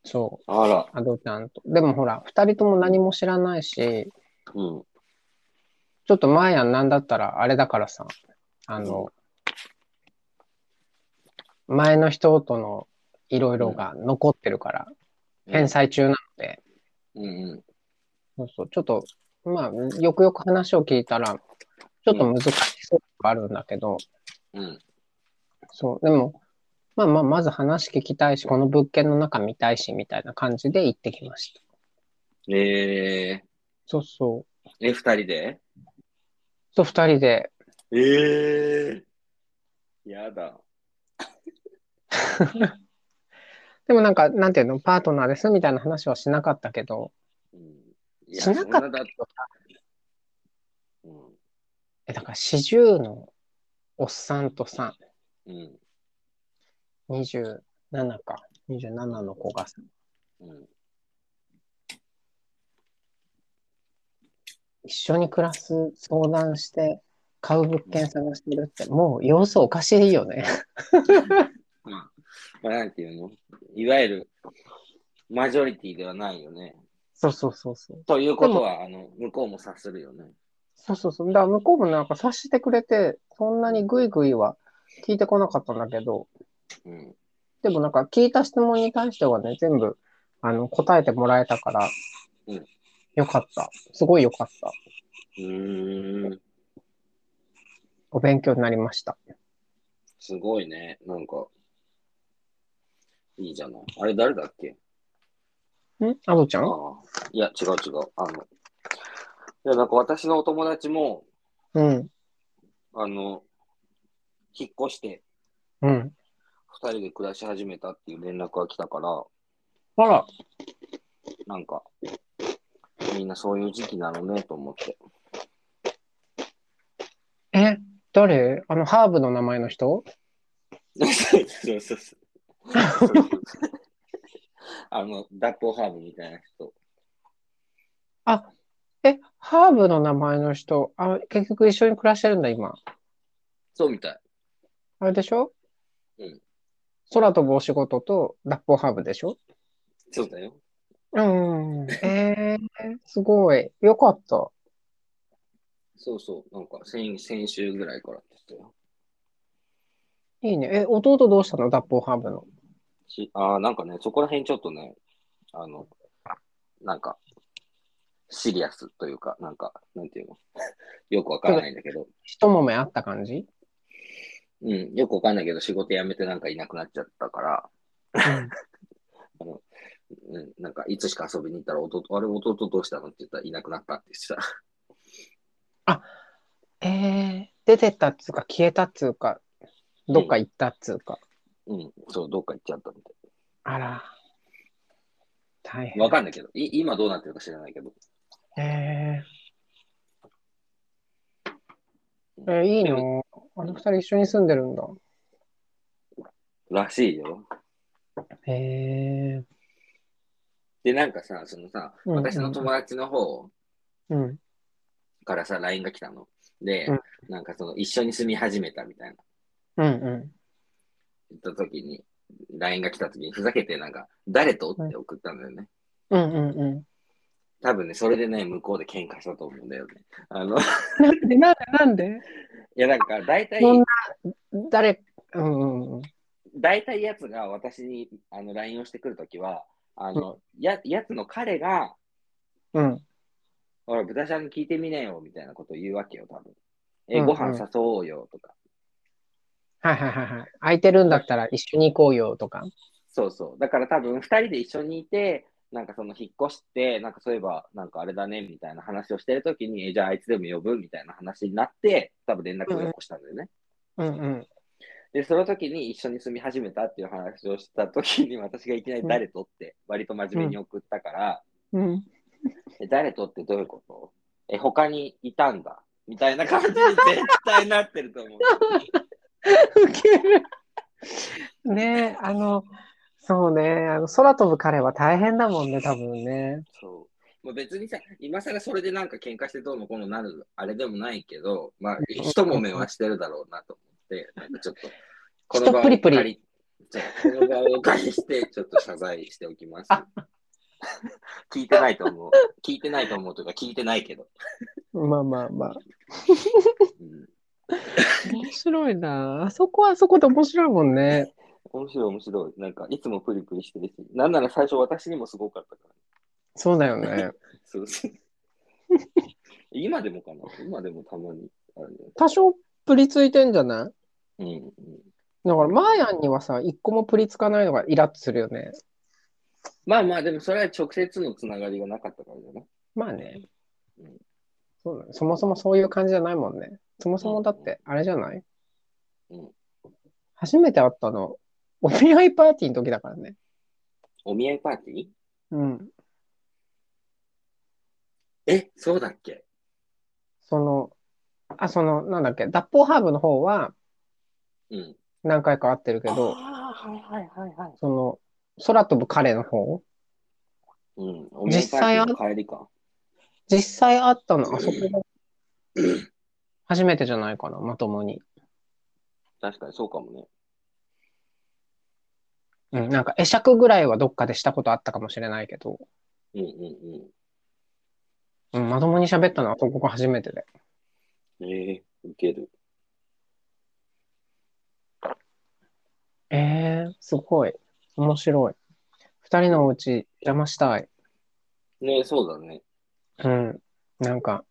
そあら。う、アドちゃんと。でもほら、二人とも何も知らないし、うん。ちょっとマーヤンなんだったらあれだからさ、あの、前の人とのいろいろが残ってるから、返済中なので、うんうん。そうそう、ちょっと、まあ、よくよく話を聞いたら、ちょっと難しそうがあるんだけど、うん。そう、でも、まあまあ、まず話聞きたいし、この物件の中見たいし、みたいな感じで行ってきましええそうそう。え、二人でと二人で、ええやだ。でもなんか、なんていうの、パートナーですみたいな話はしなかったけど、うん、いしなかそっんなだたっけどさうん。え、だから四十のおっさんとさ、うん。 27か、27の子がさ、うん。一緒に暮らす相談して、買う物件探してるって、もう様子おかしいよね。まあ、なんていうのいわゆる、マジョリティではないよね。 そうそうそうそう。ということは、あの、向こうも察するよね。そうそうそう。だから向こうもなんか察してくれて、そんなにグイグイは聞いてこなかったんだけど、うん。でもなんか聞いた質問に対してはね、全部あの答えてもらえたから、うんよかった。すごいよかった。うーん。お勉強になりました。すごいね。なんか、いいじゃない。あれ誰だっけんアドちゃあんあ。いや、違う違う。あの、いや、なんか私のお友達も、うん。あの、引っ越して、うん。二人で暮らし始めたっていう連絡が来たから、あら、なんか、みんなそういう時期なのねと思って。え、誰あの、ハーブの名前の人そうそうそうそう。あの、脱法ハーブみたいな人。え、ハーブの名前の人、あ、結局一緒に暮らしてるんだ、今。そうみたい。あれでしょうん。空飛ぶお仕事と脱法ハーブでしょそうだよ。うん。えー、すごい。よかった。そうそう。なんか先、先週ぐらいからって言ってたよ。いいね。え、弟どうしたの脱法ハーブの。しあーなんかね、そこら辺ちょっとね、あの、なんか、シリアスというか、なんか、なんていうの よくわからないんだけど、一揉めあった感じうん、よくわかんないけど、仕事辞めてなんかいなくなっちゃったから、あの、うん、なんか、いつしか遊びに行ったら、弟、あれ、弟どうしたのって言ったらいなくなった って言ってえー、出てったっつうか、消えたっつうか、どっか行ったっつうか。た。うん、そう、どっか行っちゃったみたいあら。大変。わかんないけど、い今どうなってるか知らないけど。えー、えーいいのあの二人一緒に住んでるんだ。らしいよ。へえで、なんかさ、そのさ、うん私の友達の方ー。うん。からさ、LINE が来たの。でうん、なんかその、一緒に住み始めたみたいな。うんう言った時に、LINE が来た時に、ふざけて、なんか、誰とって送ったんだよね。ん。うんうんう多分ね、それでね、向こうで喧嘩したと思うんだよね。あの、い ん。なんでなんでなんでや、なんか、大体、そんな、誰、うんうんうん。大体やつが私にあの LINE をしてくるときは、あの、や、やつの彼が、うん。ほら、豚ちゃんに聞いてみねよ、みたいなことを言うわけよ、多分。え、うんご飯誘おうよ、とか。はいはいはいはい。空いてるんだったら一緒に行こうよとか。そうそう。だから多分、二人で一緒にいて、なんかその引っ越して、なんかそういえば、なんかあれだね、みたいな話をしてるときに、え、じゃああいつでも呼ぶみたいな話になって、多分連絡をよこしたんだよね。うんうん。で、その時に一緒に住み始めたっていう話をした時に、私がいきなり誰とって、割と真面目に送ったから、 うん。え、誰とってどういうことえ、他にいたんだみたいな感じに絶対なってると思う。ウケる。ねえ、あの、そうね、あの空飛ぶ彼は大変だもんね、多分ね。そう。まあ、別にさ、今更それでなんか喧嘩してどうのこうのなるあれでもないけど、まあ、一揉めはしてるだろうなと思って、なんかちょっと、この場人っをぷり借り、そうこの場をお借りして、ちょっと謝罪しておきます。聞いてないと思う。聞いてないと思うというか、聞いてないけど。まあまあまあ。うん、面白いな。あそこはあそこで面白いもんね。面白い面白い。なんか、いつもプリプリしてるし、なんなら最初私にもすごかったから。そうだよね。そうそう。 今でもかな今でもたまにあるね。多少プリついてんじゃないうん、うん。だから、マーヤンにはさ、一個もプリつかないのがイラッとするよね。まあまあ、でもそれは直接のつながりがなかったからじゃないまあね。うんそうだね。そもそもそういう感じじゃないもんね。そもそもだって、あれじゃないうん初めて会ったの、お見合いパーティーの時だからね。お見合いパーティーうん。え、そうだっけその、あ、その、なんだっけ、脱法ハーブの方はうん。何回か会ってるけど、ああ、はいはいはいはい。その、空飛ぶ彼の方うん。お見合いパーティーの帰りか。実際会ったの、あそこが初めてじゃないかな、まともに。確かにそうかもね。うん、なんか会釈ぐらいはどっかでしたことあったかもしれないけど、うんうんうん。うん、まともに喋ったのはそこが初めてで。ええウケる。えー、すごい。面白い。二人のお家邪魔したい。ねえ、そうだね。うん。なんか、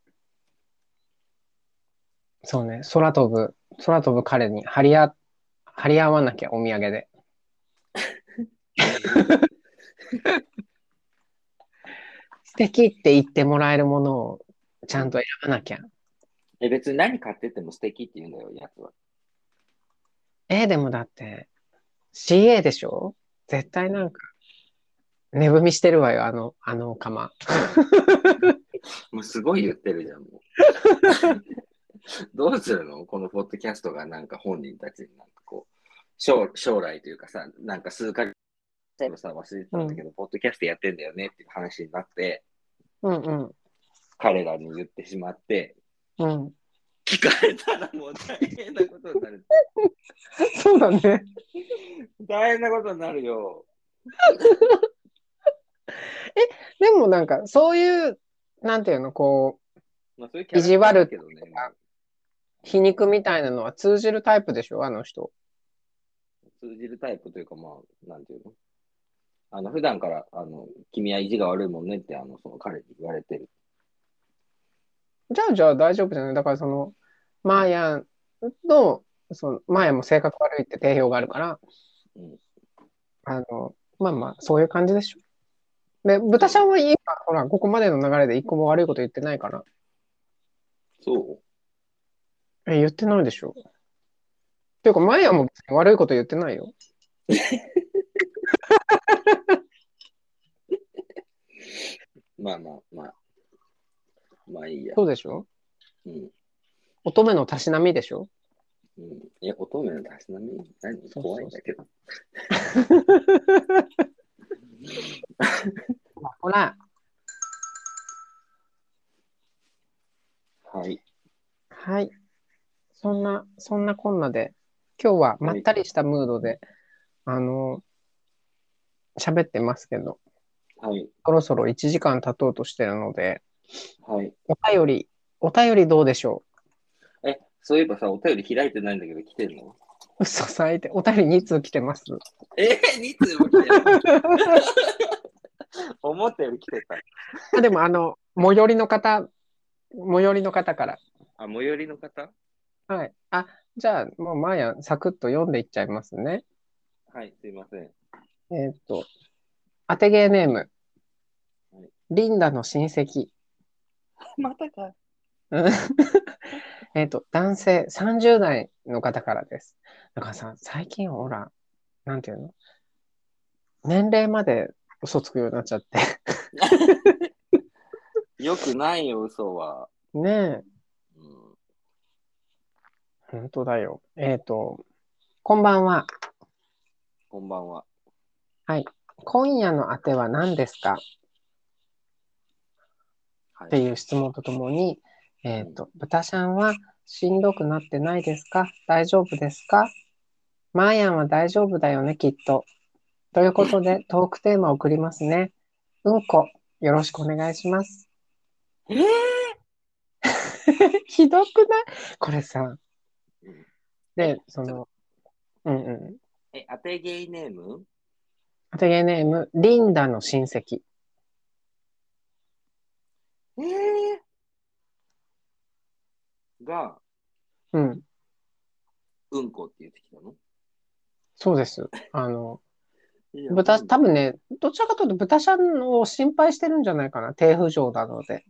そうね、空飛ぶ、空飛ぶ彼に張り合、張り合わなきゃお土産で。 素敵って言ってもらえるものをちゃんと選ばなきゃ。え、別に何買ってっても素敵って言うんだよ、やつは。えーでもだって、CA でしょ絶対なんか、寝踏みしてるわよ、あの、あの釜。もうすごい言ってるじゃん、も う。どうするのこのポッドキャストがなんか本人たちになんかこう、将将来というかさ、なんか数ヶ月、例えばさ、忘れてたんだけど、ポッドキャストやってんだよねっていう話になって、うんうん。彼らに言ってしまって、うん。聞かれたらもう大変なことにな る。 そうだね。大変なことになるよ。でもなんか、そういう、なんていうの、こう、まあ、そういう意地悪キャラクターだけどね。皮肉みたいなのは通じるタイプでしょあの人。通じるタイプというか、まあ、なんていうのあの、普段から、あの、君は意地が悪いもんねって、あの、その彼に言われてる。じゃあじゃあ大丈夫じゃないだからその、マーヤンの、その、マーヤンも性格悪いって定評があるから、うんあの、まあまあ、そういう感じでしょ。で、豚ちゃんは今、ほら、ここまでの流れで一個も悪いこと言ってないから。そうえ、言ってないでしょ。っていうか、マーヤンも別に悪いこと言ってないよ。まあまあまあ。まあいいや。そうでしょうん。乙女のたしなみでしょうん、え、乙女のたしなみ何そうそう怖いんだけど。ほら、はい。はい。そんな、そんなこんなで、今日はまったりしたムードで、あの、喋ってますけど、はい。そろそろ1時間経とうとしてるので、はい。お便り、お便りどうでしょえ、そういえばさ、お便り開いてないんだけど、来てるのう嘘さいて、お便り2通来て ます。えー、2通も来て る。思ったより来てた。あでも、あの、最寄りの方、最寄りの方から。あ、最寄りの方はい。あ、じゃあ、もう、まあや、サクッと読んでいっちゃいますね。はい、すいません。えーっと、当てゲーネームはい、リンダの親戚。またか。うん えっと、男性30代の方からです。だからさ、最近ほら、なんていうの年齢まで嘘つくようになっちゃって。 よくないよ、嘘は。ねえ、うん本当だよ。えっ、と、こんばんは。こんばんは。今夜のあては何ですかはっていう質問とともに、えっ、と、豚ちゃんはしんどくなってないですか大丈夫ですかマーヤンは大丈夫だよね、きっと。ということ で、トークテーマを送りますね。うんこ、よろしくお願いします。えー ひどくないこれさうん。で、その、うんうん。え、当てゲイネーム当てゲネーム、リンダの親戚。えー、が、うん、うんこって言ってきたのそうです。あの、豚、多分ね、どちらかというと豚ちゃんを心配してるんじゃないかな、低浮上なので。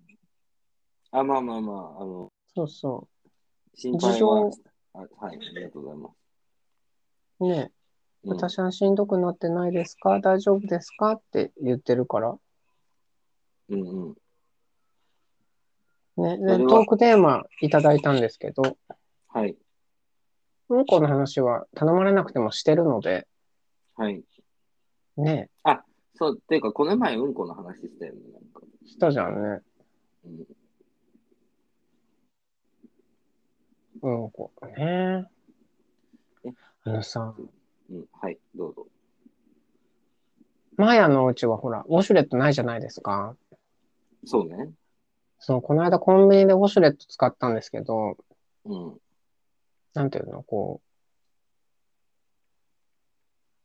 あ、まあまあまあ、あの、そうそ心配は事あ。はい、ありがとうございます。う。ねえ、うん私はしんどくなってないですか大丈夫ですかって言ってるから。うんうん。ね、それはでトークテーマいただいたんですけど、はい、うんこの話は頼まれなくてもしてるので、はい。ねそう、っていうか、この前、うんこの話したよね、なんか。え、したじゃんね。うん、うんこねえ。あのさ、うん、はい、どうぞ。マヤのお家はほら、ウォシュレットないじゃないですか。そうね。その、この間コンビニでウォシュレット使ったんですけど、うん。なんていうの、こ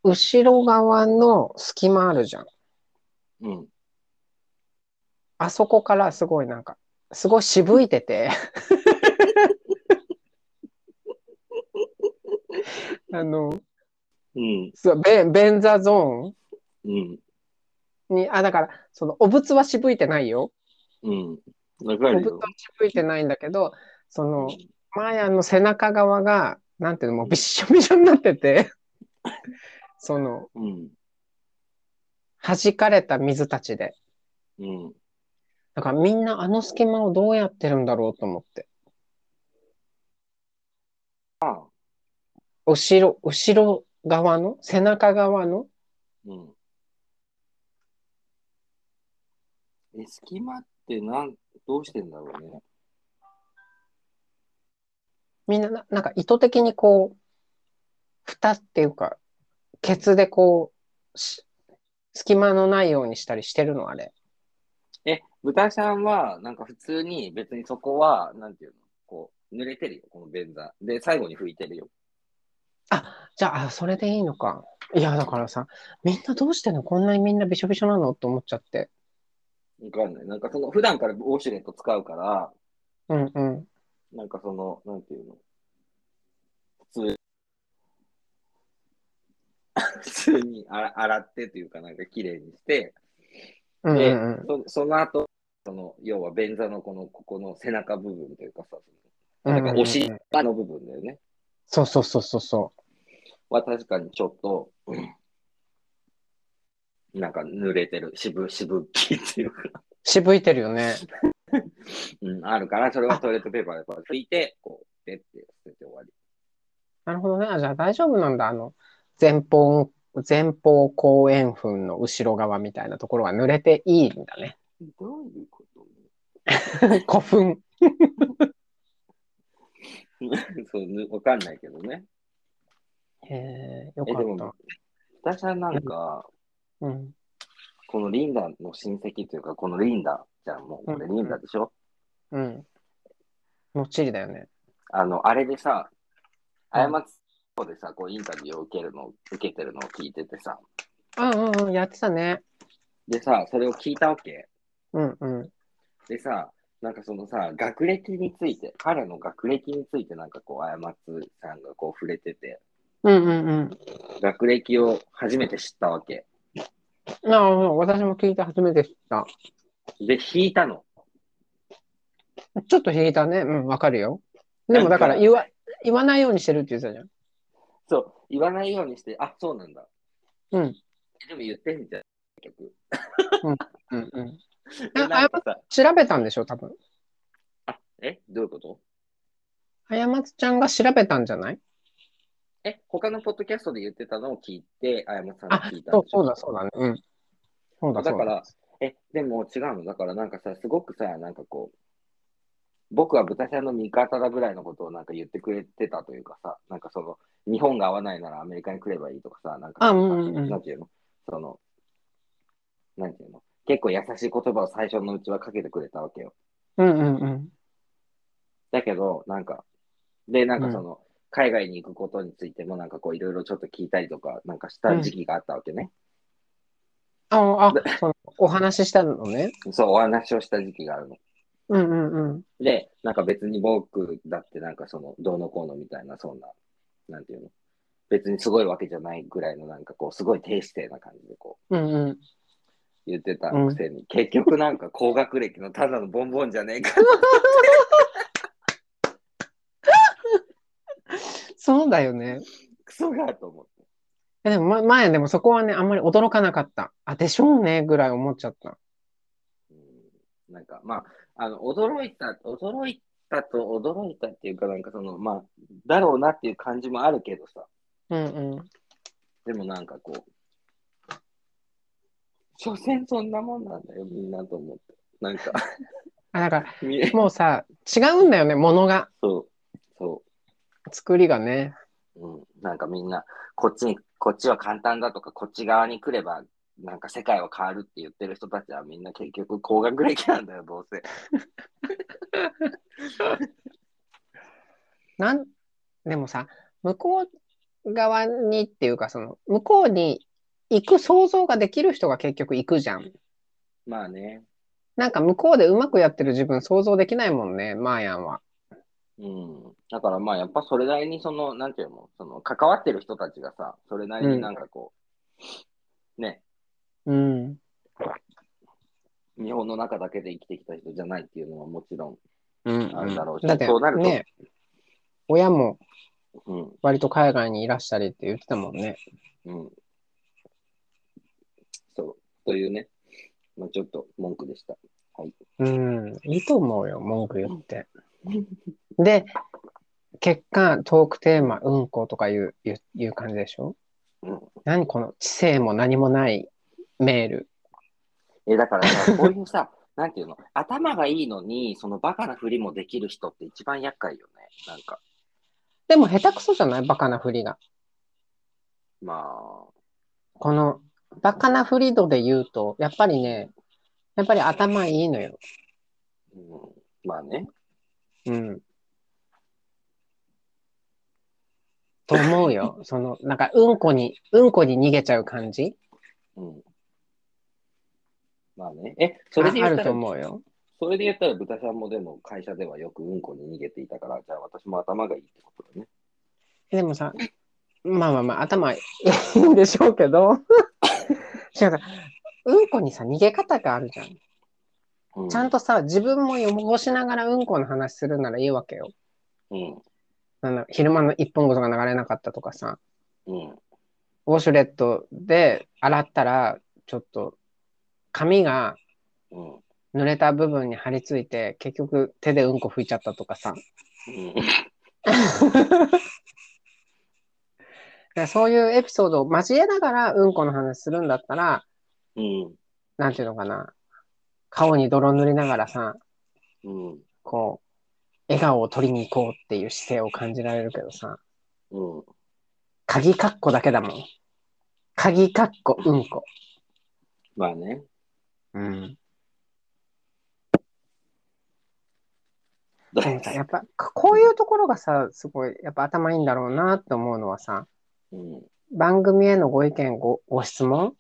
う、後ろ側の隙間あるじゃん。うん。あそこからすごいなんか、すごい渋いてて。あの、うん。そう、便、便座ゾうん。ーンに、あ、だから、その、お仏は渋いてないよ。うん。わかおる仏はよ。渋いてないんだけど、その、マヤの背中側が、なんていうの、もうびっしょびしょになってて、その、うん。弾かれた水たちで。うん。だからみんなあの隙間をどうやってるんだろうと思って。あ後ろ、後ろ側の背中側のうん。え、隙間ってなん、どうしてんだろうね。みんなな、なんか意図的にこう、蓋っていうか、ケツでこう、し隙間のないようにしたりしてるのあれ。え、豚ちゃんは、なんか普通に、別にそこは、なんていうの、こう、濡れてるよ、この便座。で、最後に拭いてるよ。じゃあ、あそれでいいのか。いや、だからさ、みんなどうしてんのこんなにみんなびしょびしょなのと思っちゃって。わかんない。なんかその、普段からウォシュレット使うから、うんうん。なんかその、なんていうの、 普通、普通にあら洗ってというか、なんか綺麗にして、うんでうんうんそその後、その、要は便座のこの、ここの背中部分というかさ、うんうんうん。なんかお尻側の部分だよね。そうそうそうそうそは確かにちょっと、うんなんか濡れてる、渋、渋きっていうか、う。渋いてるよね。うん、あるから、それはトイレットペーパーでこう拭いて、こう、ペッて捨てて終わり。なるほどね。あ、じゃあ大丈夫なんだ。あの、前方、前方後円墳の後ろ側みたいなところは濡れていいんだね。どういうこと古墳。 そうぬ、わかんないけどね。へえ、よえ、かでもっ、私はなんか、た。うん。このリンダの親戚というか、このリンダじゃん、もうこれリンダでしょ、うん。もっちりだよね。あの、あれでさ、う過んちそうでさ、こうインタビューを受けるの、受けてるのを聞いててさ、うんうんうん、やってたね。でさ、それを聞いたわけ。うんうん。でさ、なんかそのさ、学歴について、彼の学歴についてなんかこう、あやまつさんがこう触れてて、うんうん学歴を初めて知ったわけ。うん。なあ、うん私も聞いて初めて知った。で、引いたの。ちょっと引いたね。うん、わかるよ。でもだからなんか言わ、言わないようにしてるって言ってたじゃん。そう、言わないようにして、あ、そうなんだ。うん。でも言ってんじゃん、結局。うんうん。であ なんかさ、調べたんでしょ、多分。あ、えどういうことあやまつちゃんが調べたんじゃないえ、他のポッドキャストで言ってたのを聞いて、あやまさんにあ聞い、たそうんでしょそうだ、そうだね。うん。そうだ、そうだ。だから、え、でも違うの。だからなんかさ、すごくさ、なんかこう、僕は豚ちゃんの味方だぐらいのことをなんか言ってくれてたというかさ、なんかその、日本が合わないならアメリカに来ればいいとかさ、なんかあさ、うんうんうんなんていうのその、なんていうの結構優しい言葉を最初のうちはかけてくれたわけよ。うんうんうん。だけど、なんか、で、なんかその、海外に行くことについてもなんかこういろいろちょっと聞いたりとかなんかした時期があったわけね。ああ、そのお話ししたのね。そう、お話をした時期があるの。うんうんうん。で、なんか別に僕だってなんかその、どうのこうのみたいな、そんな、なんていうの別にすごいわけじゃないぐらいのなんかこう、すごい低姿勢な感じでこうんうん。言ってたくせに、結局なんか高学歴のただのボンボンじゃねえか。そうだよね。クソがと思って。えでも、ま、前でもそこはね、あんまり驚かなかった。あ、でしょうね、ぐらい思っちゃった。うんなんかまあ、あの驚いた、驚いたと驚いたっていうか、なんかその、まあ、だろうなっていう感じもあるけどさ、うんうん。でもなんかこう、所詮そんなもんなんだよ、みんなと思って。なんか、あ、だから、見え、もうさ、違うんだよね、ものが、そう、そ作りがね。う、うん、なんかみんな、こっちに、こっちは簡単だとか、こっち側に来れば、なんか世界は変わるって言ってる人たちはみんな結局高学歴なんだよ、どうせ。なん、でもさ、向こう側にっていうか、その、向こうに行く想像ができる人が結局行くじゃん。まあね、なんか向こうでうまくやってる自分想像できないもんね、マーヤンは。うん。だからまあやっぱそれなりにその、なんていうの、その関わってる人たちがさ、それなりになんかこう、ね、うん。日本の中だけで生きてきた人じゃないっていうのはもちろんうんあるだろうし、だってそうなると、ね、親もうん、割と海外にいらっしゃりって言ってたもんね。うん。そう、というね、まあちょっと文句でした。はい。うん、いいと思うよ、文句言 って。で、結果、トークテーマ、うんことかいう、いう、いう感じでしょうん何この知性も何もないメール。え、だからさ、こういうさ、 なんていうの、頭がいいのに、そのバカなふりもできる人って一番厄介よね。なんか、でも下手くそじゃないバカなふりが。まあ、この、バカなふり度で言うと、やっぱりね、やっぱり頭いいのよ。うん、まあね。うん。と思う よ。その、なんか、うんこに、うんこに逃げちゃう感じうん。まあね。え、そあれであ言るったとら、思うよ。それで言ったら、豚さんもでも会社ではよくうんこに逃げていたから、じゃあ私も頭がいいってことだね。でもさ、まあまあまあ、頭いいんでしょうけ ど、違うさ、うんこにさ、逃げ方があるじゃん。うちゃんと。とさ、自分も汚しながらうんこの話するならいいわけよ。うん。なんだ昼間の一本ごとが流れなかったとかさ、うん。ウォシュレットで洗ったら、ちょっと、髪がうん。濡れた部分に張り付いて、結局手でうんこ拭いちゃったとかさ、でそういうエピソードを交えながらうんこの話するんだったら、うん。なんていうのかな、顔に泥塗りながらさ、うん。こう、笑顔を取りに行こうっていう姿勢を感じられるけどさ、うん。鍵カッコだけだもん。鍵カッコうんこ。まあね。うん。どうでもさ、やっぱ、こういうところがさ、すごい、やっぱ頭いいんだろうなって思うのはさ、うん。番組へのご意見、ご、ご質問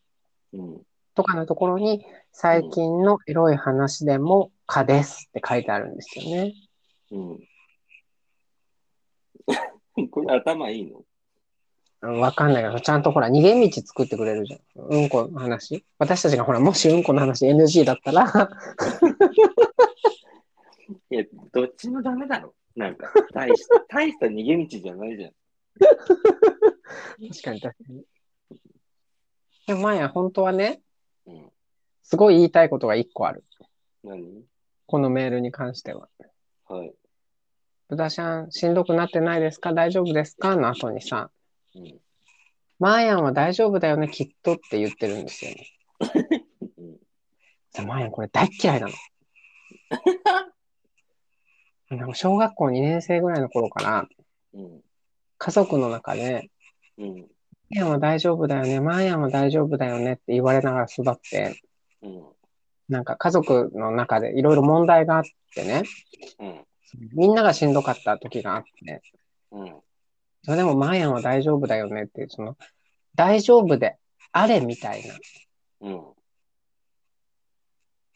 うん。とかのところに、最近のエロい話でも、かですって書いてあるんですよね。うん。 これ頭いいのうんわかんないけど、ちゃんとほら、逃げ道作ってくれるじゃん。うんこの話。私たちがほら、もしうんこの話 NG だったら、いや、どっちもダメだろ。なんか、大し大した逃げ道じゃないじゃん。確かに確かに。でも、まや、本当はね、うん。すごい言いたいことが一個ある。何このメールに関しては。はい。ブダシャン、しんどくなってないですか大丈夫ですかの後にさ、うん。マーヤンは大丈夫だよね、きっとって言ってるんですよね。うんさマーヤン、これ大っ嫌いなの。なんか小学校2年生ぐらいの頃から、うん。家族の中で、うん。マーヤンは大丈夫だよね、マーヤンは大丈夫だよねって言われながら育って、うん。なんか家族の中でいろいろ問題があってね、うん。みんながしんどかった時があって、うん。それでもマーヤンは大丈夫だよねっていう、その、大丈夫であれみたいな、うん。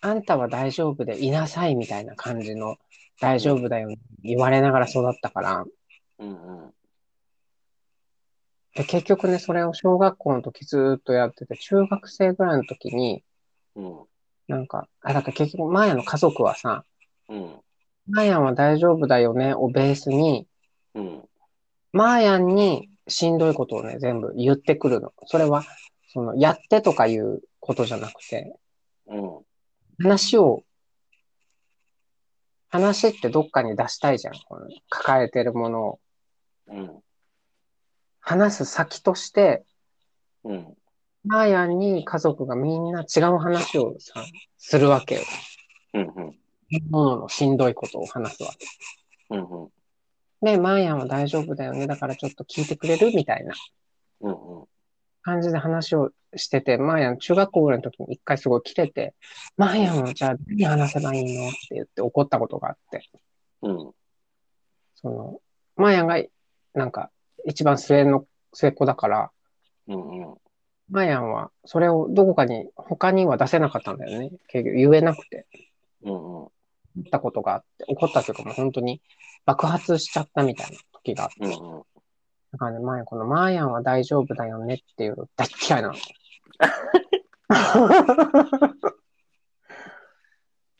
あんたは大丈夫でいなさいみたいな感じの、大丈夫だよね言われながら育ったから、うん。うん。で結局ね、それを小学校の時ずーっとやってて、中学生ぐらいの時に、ううん。なんか、あ、だから結局、マーヤの家族はさ、うん。マーヤンは大丈夫だよねをベースに、うん。マーヤンにしんどいことをね、全部言ってくるの。それは、その、やってとかいうことじゃなくて、うん。話を、話ってどっかに出したいじゃん。この抱えてるものを。うん。話す先として、うん。マーヤンに家族がみんな違う話をさ、するわけよ。うん。うん。もののしんどいことを話すわけ。うん。うん。で、マーヤンは大丈夫だよね。だからちょっと聞いてくれるみたいなうん。感じで話をしてて、マーヤン、中学校ぐらいの時に一回すごい切れて、マーヤンはじゃあ何話せばいいのって言って怒ったことがあって、うん。その、マーヤンがなんか一番末の、末っ子だから、うん。マーヤンはそれをどこかに他には出せなかったんだよね。結局言えなくて。うん。怒ったことがあって、怒ったというかもう本当に爆発しちゃったみたいな時があって。うん。だからね、マーヤン、このマーヤンは大丈夫だよねっていうの大っ嫌いな の。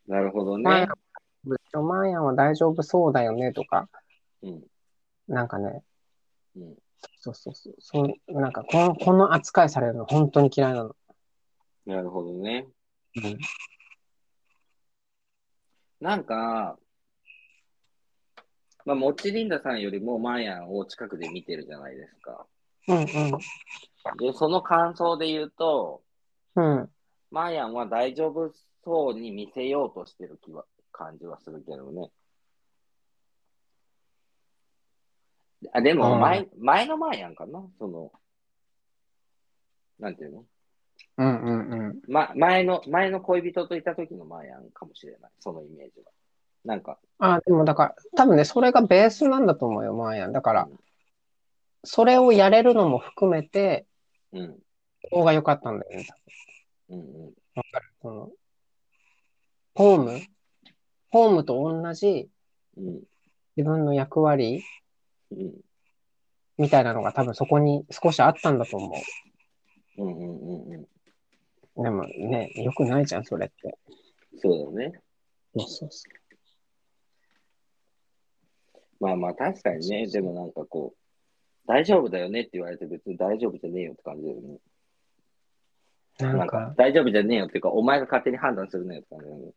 なるほどマーヤねン。マーヤンは大丈夫そうだよねとか、うん。なんかね、うん。そうそうそう、そうなんかこのこの扱いされるの本当に嫌いなの。なるほどね。うん、なんか、まあ、もちりんださんよりもマーヤンを近くで見てるじゃないですか。うん、で、その感想で言うと、うん。うん。マーヤンは大丈夫そうに見せようとしてる気は感じはするけどね。あでもうん前、前のマーヤンかなその、なんていうの、うんうんうん。ま、前の、前の恋人といた時のマーヤンかもしれない。そのイメージは。なんか、あ、でもだから、多分ね、それがベースなんだと思うよ、マーヤン。だから、それをやれるのも含めて、うん、うん、ここが良かったんだよね。うん、うん、その、ホームホームと同じうん、自分の役割うん、みたいなのが多分そこに少しあったんだと思うん、うん、うん。う。でもね、良くないじゃん、それって。そうだね。そうそうそまあまあ確かにね、でもなんかこう、大丈夫だよねって言われて別に大丈夫じゃねえよって感じだよね。う。ななんんかか、、大丈夫じゃねえよっていうか、お前が勝手に判断するなよって感じだね。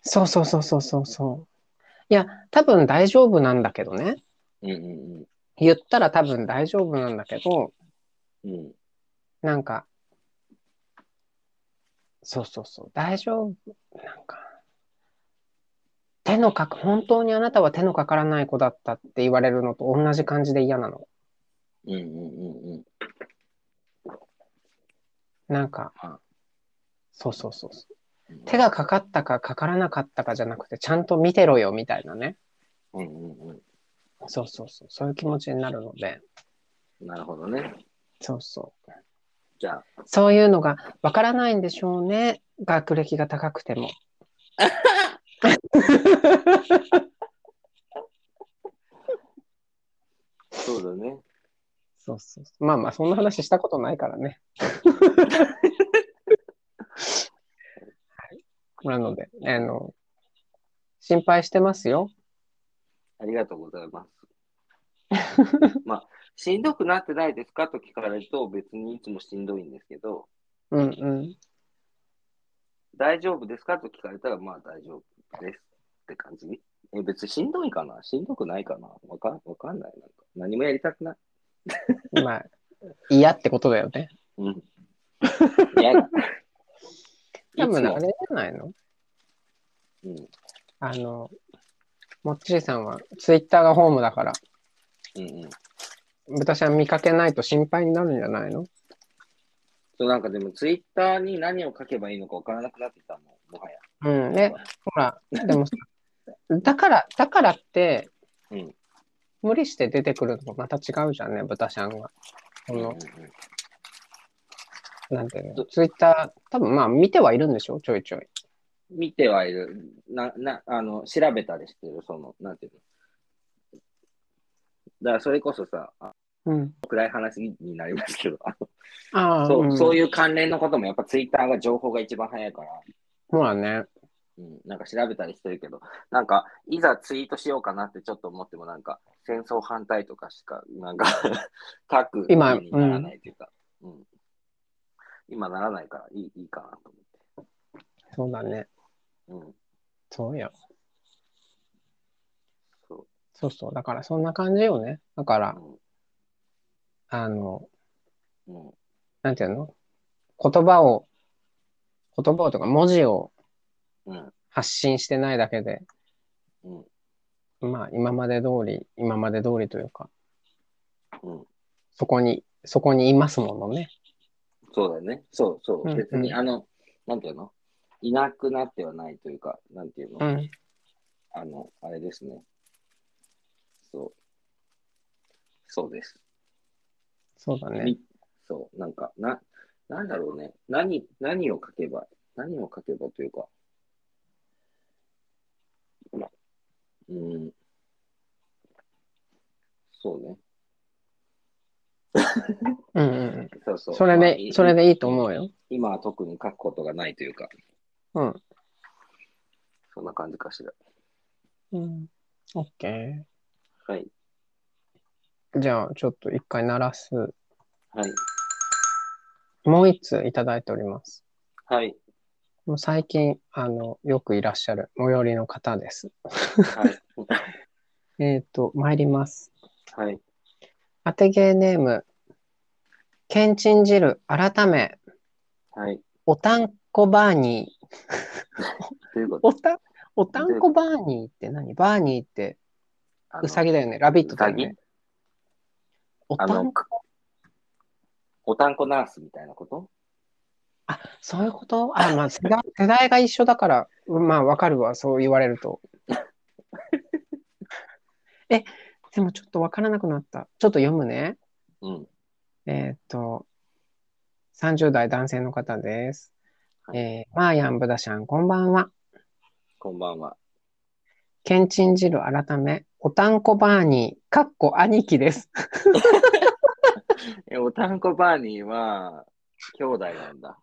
そうそうそうそうそうそう。いや、多分大丈夫なんだけどね。うんうん言ったら多分大丈夫なんだけど、うん。うんなんか、そうそうそう、大丈夫。なんか、手のかか、本当にあなたは手のかからない子だったって言われるのと同じ感じで嫌なの。うんうんうんうん。なんかあ、そうそうそうそう。手がかかったかかからなかったかじゃなくて、ちゃんと見てろよみたいなね。うんうんうそうそうそう。そういう気持ちになるので、ん。なるほどね。そうそう。じゃあ、そういうのがわからないんでしょうね。学歴が高くても。そうだね。そうそうそう。まあまあ、そんな話したことないからね。はいなので、あの、心配してますよ。ありがとうございます。まあ、しんどくなってないですかと聞かれると、別にいつもしんどいんですけど、うんうん。大丈夫ですかと聞かれたら、まあ大丈夫ですって感じ。え、別にしんどいかなしんどくないかなわかんわかんない。なんか何もやりたくない。まあ、嫌ってことだよね。 うん。嫌だ。多分、いつもあれじゃないのうん。あの、もっちりさんはツイッターがホームだから、うんうん。豚ちゃん見かけないと心配になるんじゃないのそう、なんかでも、ツイッターに何を書けばいいのか分からなくなってきたもん、もはや。うん。ね、ほら、でもさ、だから、だからって、うん無理して出てくるのもまた違うじゃんね、豚ちゃんが。こうんうんの、なんていうの、どツイッター、多分まあ見てはいるんでしょ、ちょいちょい。うん見てはいる。な、な、あの、調べたりしてる、その、なんていうの。だから、それこそさ、あうん。暗い話になりますけど、あのああ、そうう、んそういう関連のこともやっぱツイッターが情報が一番早いから、そうだね。うん、なんか調べたりしてるけど、なんか、いざツイートしようかなってちょっと思っても、なんか、戦争反対とかしか、なんか、 書く意今味にならないというか、うん今ならないからいいいいかなとそうだね。思って。うん、そうよ。そうそうそう。だから、そんな感じよね。だから、うあの、んうんなんていうの言葉を、言葉をとか文字をうん発信してないだけで、うんまあ、今まで通り、今まで通りというか、うんそこに、そこにいますものね。そうだね。そうそう。うんうん別に、あの、なんていうのいなくなってはないというか、なんていうの、うん。あの、あれですね。そう。そうです。そうだね。みそう、なんか、な、なんだろうね。何、何を書けば、何を書けばというか。うん。そうね。うんうんうん。そうそう。それまあで、それ。いでいいと思うよ。今は特に書くことがないというか、うん。そんな感じかしら。うん。オッケはい。ー。じゃあ、ちょっと一回鳴らす。はい。もう一通いただいております。はい。もう最近、あの、よくいらっしゃる最寄りの方です。はい。えっ、と、参ります。はい。当てゲーネーム、けんちん汁、改め、はい。おたんこバーニー。ということおた、おたんこバーニーって何バーニーって、あのうさぎだよね。ラビットだようさねぎ。おたあんの、おたんこナースみたいなことあ、そういうことあ、まあ、世代、世代が一緒だから、まあ、わかるわ、そう言われると。 え、でもちょっとわからなくなった。ちょっと読むね。うん。えーっと、30代男性の方です。はいえー、マーヤンブダシャン、こんばんは。こんばんは。けんちん汁改め、おたんこバーニー、かっこ兄貴です。 え、おたんこバーニーは、兄弟なんだ。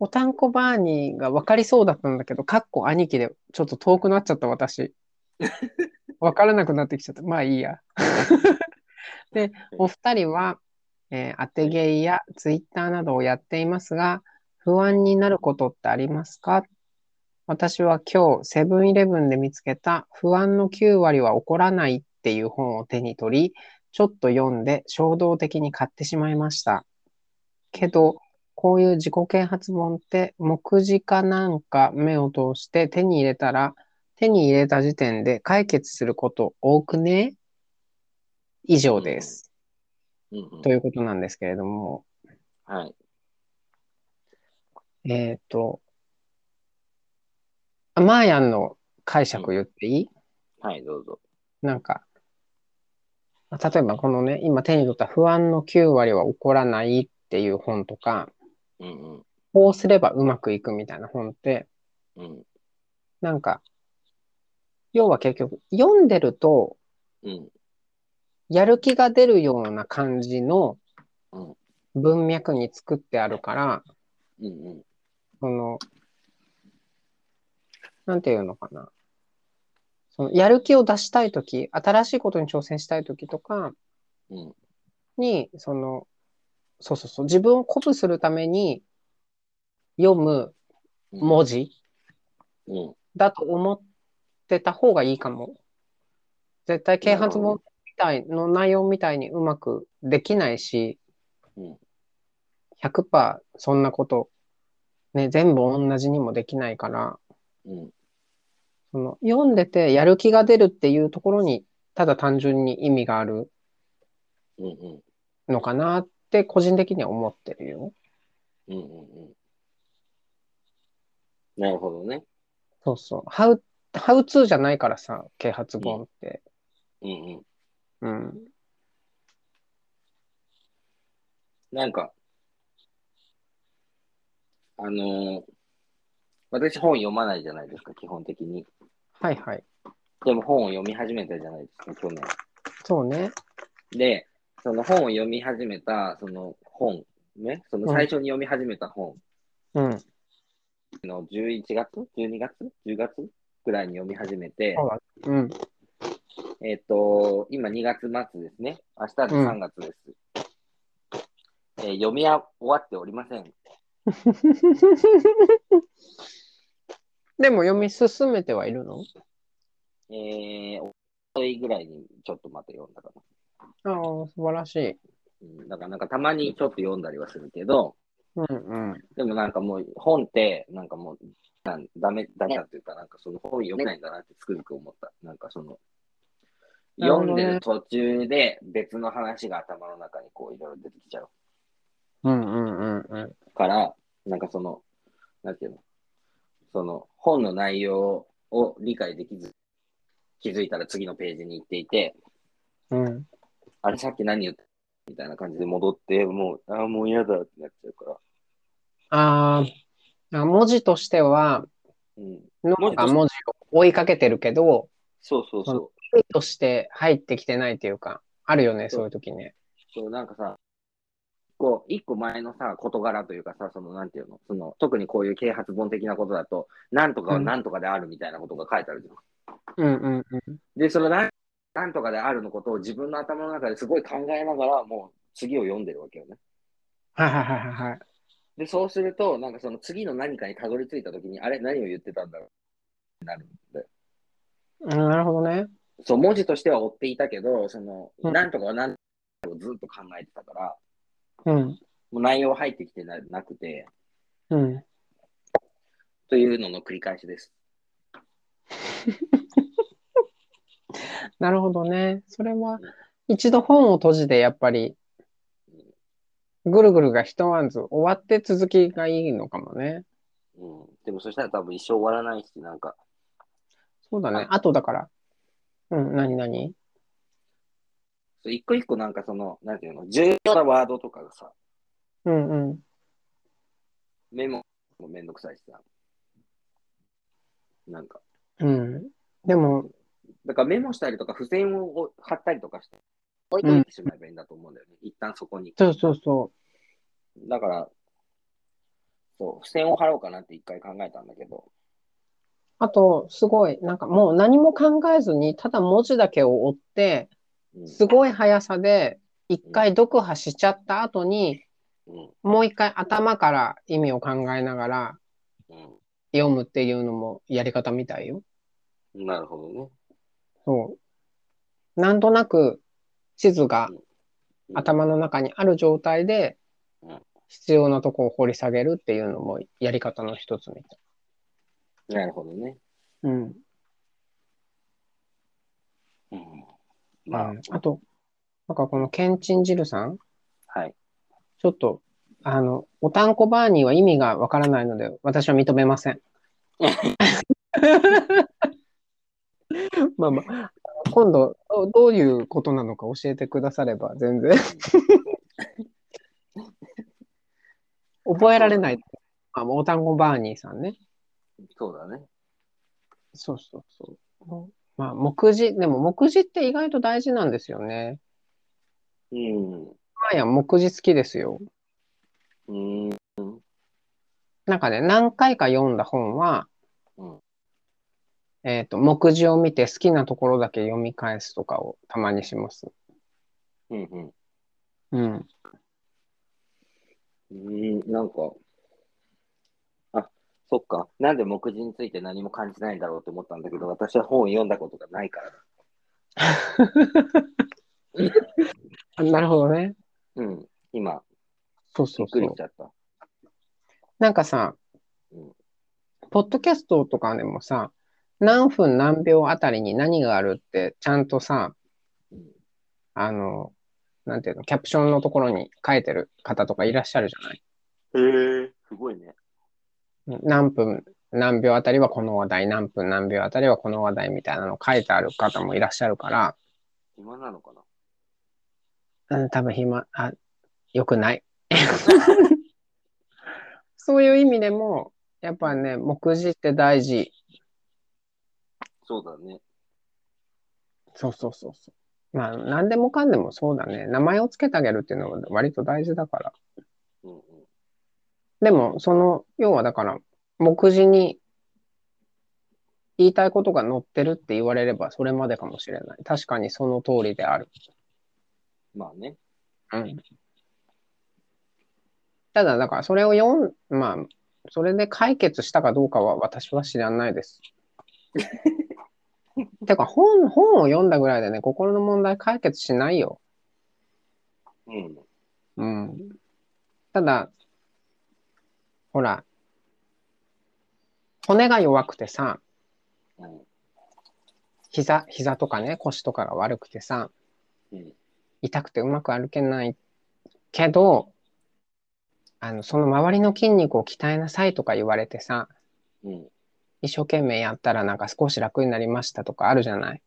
おたんこバーニーがわかりそうだったんだけど、かっこ兄貴で、ちょっと遠くなっちゃった、 私。わからなくなってきちゃった。まあいいや。で、お二人は、えー当てゲイやツイッターなどをやっていますが、不安になることってありますか私は今日、セブンイレブンで見つけた、不安の9割は起こらないっていう本を手に取り、ちょっと読んで衝動的に買ってしまいました。けど、こういう自己啓発本って、目次かなんか目を通して手に入れたら、手に入れた時点で解決すること多くね以上です。うんうんということなんですけれども、はい。えっ、と、あマーヤンの解釈言っていい、はい、どうぞ。なんか、例えばこのね、今手に取った不安の9割は起こらないっていう本とか、うんうん。こうすればうまくいくみたいな本って、うん。なんか、要は結局、読んでると、うん。やる気が出るような感じのうん文脈に作ってあるから、うんうん。その、なんていうのかな。そのやる気を出したいとき、新しいことに挑戦したいときとかうん。に、その、そうそうそう、自分を鼓舞するために読む文字うん。だと思ってた方がいいかも。絶対啓発本みたいの内容みたいにうまくできないし、うん100%そんなこと、ね、全部同じにもできないから、うん。その読んでてやる気が出るっていうところに、ただ単純に意味があるうんうん。のかなって個人的には思ってるよ。うんうんうん。なるほどね。そうそう。ハウ、ハウツーじゃないからさ、啓発本って。うんうん。うん。なんか、あのー私本読まないじゃないですか、基本的に。はいはい。でも本を読み始めたじゃないですか、去年。そうね。で、その本を読み始めた、その本ね、その最初に読み始めた本うん。その11月、12月、10月ぐらいに読み始めて、うだ。うん。 えっ、と、今2月末ですね。明日で3月です。えー読み終わっておりません。でも読み進めてはいるのえー、おといぐらいにちょっとまた読んだかな。ああ、素晴らしい。うん、だからなんかたまにちょっと読んだりはするけど、うんうん。でもなんかもう本って、なんかもう、なんダメだなっていうか、なんかその本読めないんだなってつくづく思った。なんかその、なるほ読どんねでる途中で別の話が頭の中にこういろいろ出てきちゃう。うんうんうんうん。から、なんかその、なんていうの、その本の内容を理解できず、気づいたら次のページに行っていて、うん、あれさっき何言ったみたいな感じで戻って、もう、ああ、もう嫌だってなっちゃうから。ああ、文字としては、うん。の文字とあして文字を追いかけてるけど、そうそうそう。意味として入ってきてないっていうか、あるよね、そういう時ね。そう、なんかさ、こう、一個前のさ、事柄というかさ、その、なんていうの、その、特にこういう啓発本的なことだと、なんとかはなんとかであるみたいなことが書いてあるじゃん。うんうんうん。で、そのなん、なんとかであるのことを自分の頭の中ですごい考えながら、もう次を読んでるわけよね。はいはいはいはいはい。で、そうすると、なんかその次の何かにたどり着いたときに、あれ、何を言ってたんだろうなるんで。うんなるほどね。そう、文字としては追っていたけど、その、うんなんとかはなんとかをずっと考えてたから、うん。もう内容入ってきてななくて、うん。というのの繰り返しです。なるほどね。それは、一度本を閉じて、やっぱり、ぐるぐるが一晩ず終わって続きがいいのかもね。うん。でもそしたら多分一生終わらないし、なんか、そうだね。あとだから。うん、なになにそう一個一個なんかその、なんていうの、重要なワードとかがさ、うんうん。メモもめんどくさいしさ、なんか、うん。でも、だからメモしたりとか、付箋を貼ったりとかして、置いといてしまえばいいんだと思うんだよね。一旦そこに。そうそうそだから、そう、付箋を貼ろうかなって一回考えたんだけど、う。あと、すごい、なんかもう何も考えずに、ただ文字だけを追って、うんすごい速さで、一回読破しちゃった後に、うん、もう一回頭から意味を考えながらう読むっていうのもやり方みたいよ。ん。なるほどね。そう。なんとなく地図がうん頭の中にある状態でうん、必要なとこを掘り下げるっていうのもやり方の一つみたい。なるほどね。うん。うん。まあ、うんあと、なんかこのけんちん汁さん、はい。ちょっと、あの、おたんこバーニーは意味がわからないので、私は認めません。まあまあ、今度、どどういうことなのか教えてくだされば、全然。覚えられない。あおたんこバーニーさんね。そうだね。そうそうそう。まあ、目次、でも目次って意外と大事なんですよね。うん。まあや、目次好きですよ。うん。なんかね、何回か読んだ本は、うんえっと、目次を見て好きなところだけ読み返すとかをたまにします。うん。うん。うん。うん、なんか、あ、そっか。なんで目次について何も感じないんだろうと思ったんだけど、私は本を読んだことがないからだ。あなるほどね。うん。今、そうそびっうくそりうし。ちゃった。なんかさうん、ポッドキャストとかでもさ、何分何秒あたりに何があるって、ちゃんとさうん、あの、なんていうの、キャプションのところに書いてる方とかいらっしゃるじゃないへえ、すごいね。何分何秒あたりはこの話題、何分何秒あたりはこの話題みたいなの書いてある方もいらっしゃるから、暇なのかなうん、多分暇、あ、良くない。 そういう意味でも、やっぱね、目次って大事。そうだね。そうそうそうそう。まあ、何でもかんでもそうだね。名前をつけてあげるっていうのは割と大事だから。うん。でも、その、要はだから、目次に言いたいことが載ってるって言われれば、それまでかもしれない。確かにその通りである。まあね。うん。ただ、だから、それを読ん、まあ、それで解決したかどうかは私は知らないです。てか、本、本を読んだぐらいでね、心の問題解決しないよ。うん。うん。ただ、ほら、骨が弱くてさ、うん。膝、膝とかね、腰とかが悪くてさ、うん。痛くてうまく歩けないけど、あの、その周りの筋肉を鍛えなさいとか言われてさ、うん。一生懸命やったらなんか少し楽になりましたとかあるじゃない。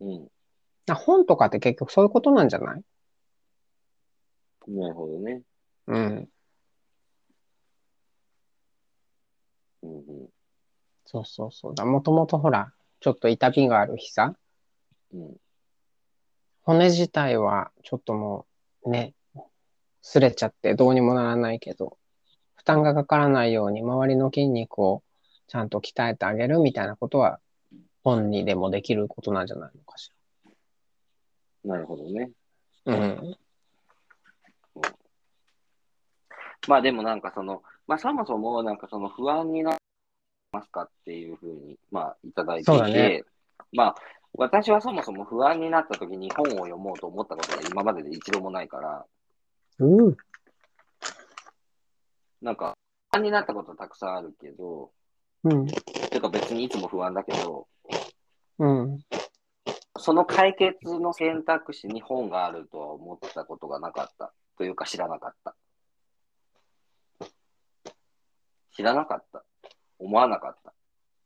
うん。な本とかって結局そういうことなんじゃないなるほどね。うん。うんうん。そうそうそうだ。もともとほら、ちょっと痛みがある膝。うん。骨自体はちょっともうね、擦れちゃってどうにもならないけど、負担がかからないように周りの筋肉をちゃんと鍛えてあげるみたいなことは、本にでもできることなんじゃないのかしなるほどね。ら。うん。まあでもなんかその、まあそもそもなんかその不安になりますかっていうふうに、まあいただいてそういだて、ねまあ私はそもそも不安になった時に本を読もうと思ったことが今までで一度もないから、うん。なんか不安になったことたくさんあるけど、うん。てか別にいつも不安だけど、うん。その解決の選択肢に本があるとは思ったことがなかった。というか知らなかった。知らなかった。思わなかった。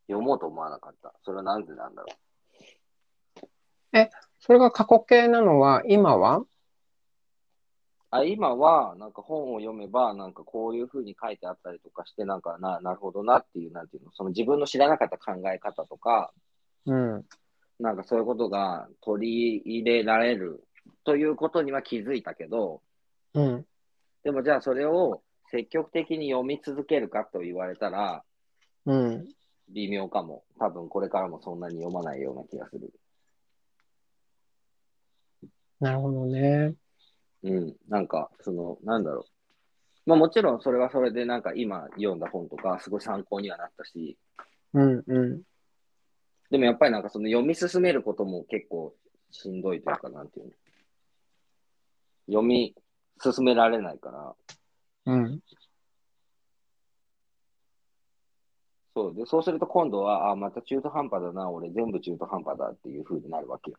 読もうと思わなかった。それはなんでなんだろそれが過去形なのは、今はう。あ今は、なんか本を読めば、なんかこういうふうに書いてあったりとかして、なんかな、なるほどなっていう、なんていうの、その自分の知らなかった考え方とか、うん。なんかそういうことが取り入れられるということには気づいたけど、うん。でもじゃあそれを積極的に読み続けるかと言われたらうん。微妙かも。多分これからもそんなに読まないような気がする。なるほどね。うん。なんか、その、なんだろう。まあもちろんそれはそれでなんか今読んだ本とかすごい参考にはなったし、うんうでもやっぱりなんかその読み進めることも結構しんどいというかなんていうの。読み進められないから。ん。うん。そう。で、そうすると今度は、あ、また中途半端だな、俺全部中途半端だっていう風になるわけよ。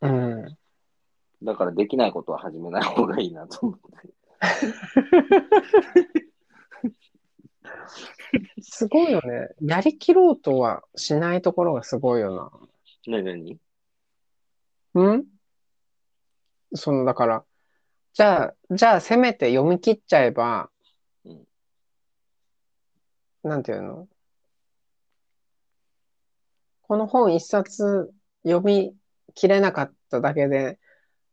うん。だからできないことは始めない方がいいなと思って。すごいよね。やりきろうとはしないところがすごいよな。なにうんその、だから、じゃあ、じゃあ、せめて読み切っちゃえば、うんなんていうのこの本一冊読み切れなかっただけで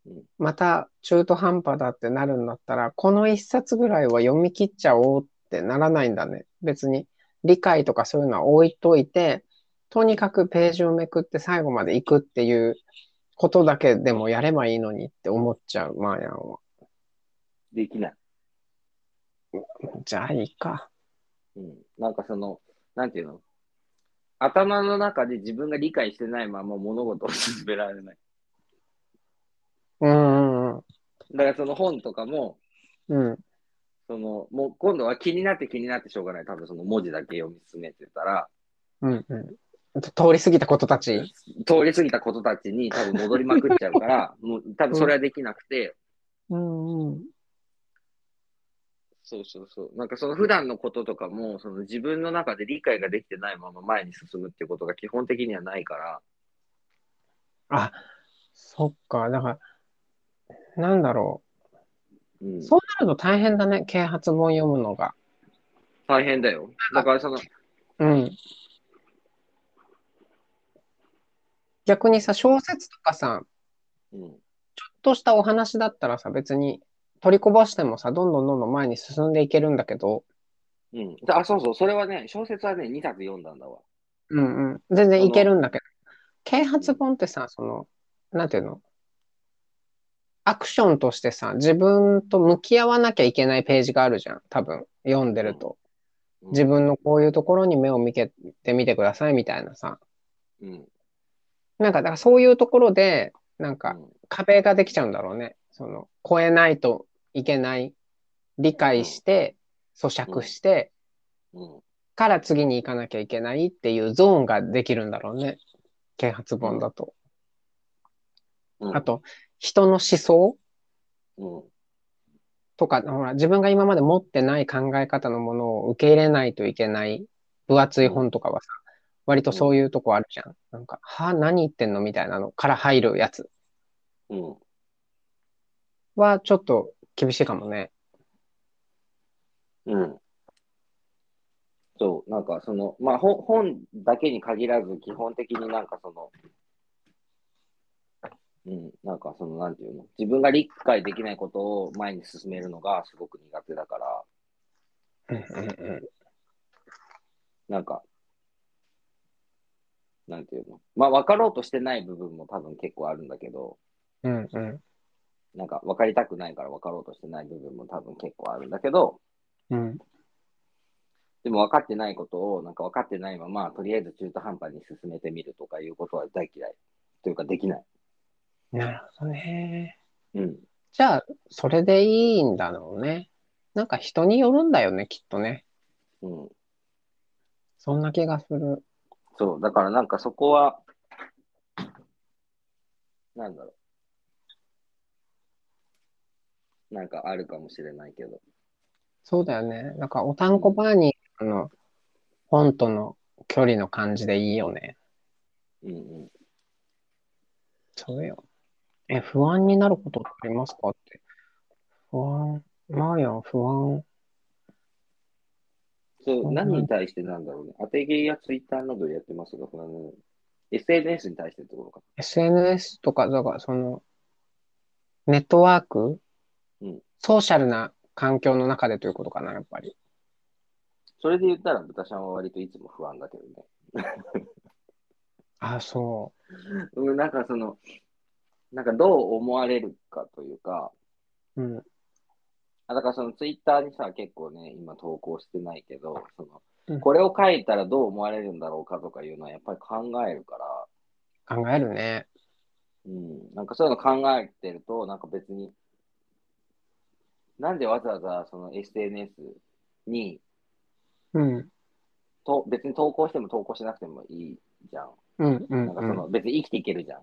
うん、また中途半端だってなるんだったら、この一冊ぐらいは読み切っちゃおうってならないんだね。別に理解とかそういうのは置いといて、とにかくページをめくって最後まで行くっていうことだけでもやればいいのにって思っちゃう、マーヤンは。できない。じゃあいいか。うん。なんかその、なんていうの頭の中で自分が理解してないまま物事を進められない。うんうんだからその本とかも、うん。うん。その、もう今度は気になって気になってしょうがない。多分その文字だけ読み進めてたら、うんうん。通り過ぎたことたち。通り過ぎたことたちに多分戻りまくっちゃう から、もう多分それはできなくて、うんうん。そうそうそう。なんかその普段のこととかも、その自分の中で理解ができてないまま前に進むっていうことが基本的にはないから、あ、そっか。だから、なんだろうんう。そうなると大変だね。啓発本読むのが。大変だよ。だからその、うん。逆にさ、小説とかさ、うん、ちょっとしたお話だったらさ、別に取りこぼしてもさ、どんどんどんどん前に進んでいけるんだけど、うん。あ、そうそう、それはね、小説はね、2冊読んだんだわ。うんうん、全然いけるんだけど、啓発本ってさ、その、なんていうの、アクションとしてさ、自分と向き合わなきゃいけないページがあるじゃん、多分、読んでると。うん自分のこういうところに目を向けてみてくださいみたいなさ。うん。なんか、だからそういうところで、なんうか、ん壁ができちゃうんだろうね。その、超えないといけない、理解して、咀嚼して、うん。から次に行かなきゃいけないっていうゾーンができるんだろうね。啓発本だと。うんあ、と、人の思想うん。とか、ほら、自分が今まで持ってない考え方のものを受け入れないといけない分厚い本とかはさ、割とそういうとこあるじゃん。なんか、は何言ってんのみたいなのから入るやつうん。はちょっと厳しいかもね。うん。そう、なんかその、まあ、ほ本だけに限らず、基本的になんかその、うん、なんかその、なんていうの、自分が理解できないことを前に進めるのがすごく苦手だから、うんうんうん。なんか、なんていうの、まあ、分かろうとしてない部分も多分結構あるんだけど、うんうんなんか分かりたくないから分かろうとしてない部分も多分結構あるんだけど、うんでも分かってないことを、なんか分かってないまま、とりあえず中途半端に進めてみるとかいうことは大嫌い。というか、できない。なるほどね。うん。じゃあ、それでいいんだろうね。なんか人によるんだよね、きっとね。うん。そんな気がする。そう。だから、なんかそこは、なんだろう。なんかあるかもしれないけど。そうだよね。なんか、おたんこバーに、あの、本との距離の感じでいいよね。うんうん。そうよ。え、不安になることってありますかって。不安。まあやん、不安。そうう、ん何に対してなんだろうね。当てゲーやツイッターなどでやってますが、あの SNS に対してってことか。 SNS とか、だから、その、ネットワーク、うんソーシャルな環境の中でということかな、やっぱり。それで言ったら、豚ちゃんは割といつも不安だけどね。あ、そうん、なんかその、なんかどう思われるかというか、う。うん。あだからそのツイッターにさ、結構ね、今投稿してないけど、そうんのこれを書いたらどう思われるんだろうかとかいうのはやっぱり考えるから、考えるね。うん、なんかそういうの考えてると、なんか別に、なんでわざわざその SNS にうん。と、別に投稿しても投稿しなくてもいいじゃん。うん、うん、なんかそうん。の、別に生きていけるじゃん。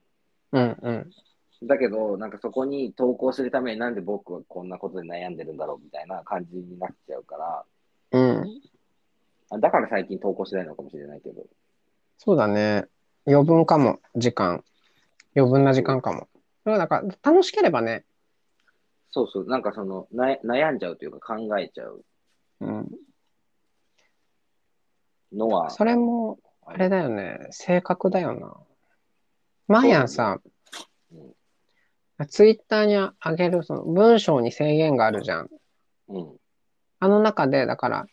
うん、うん。だけど、なんかそこに投稿するためになんで僕はこんなことで悩んでるんだろうみたいな感じになっちゃうから、うん。あだから最近投稿しないのかもしれないけど、そうだね。余分かも、時間。余分な時間かも。でもなんか、楽しければね。そうそう、なんかそのな悩んじゃうというか考えちゃううん。のは、それも、あれだよね。性格だよな。マーヤンさうん、ツイッターにあげるその文章に制限があるじゃん。うん、あの中で、だから、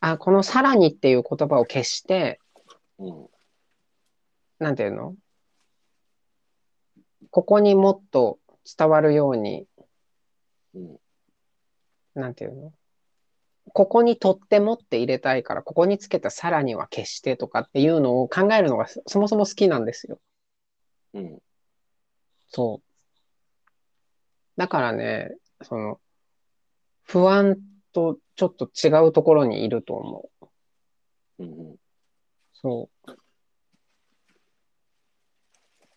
あ、このさらにっていう言葉を消して、うん、なんていうのここにもっと伝わるように、うん、なんていうのここにとってもって入れたいから、ここにつけたさらには消してとかっていうのを考えるのがそそもそも好きなんですよ。うん、そう。だからね、その、不安とちょっと違うところにいると思う。うん、うそう。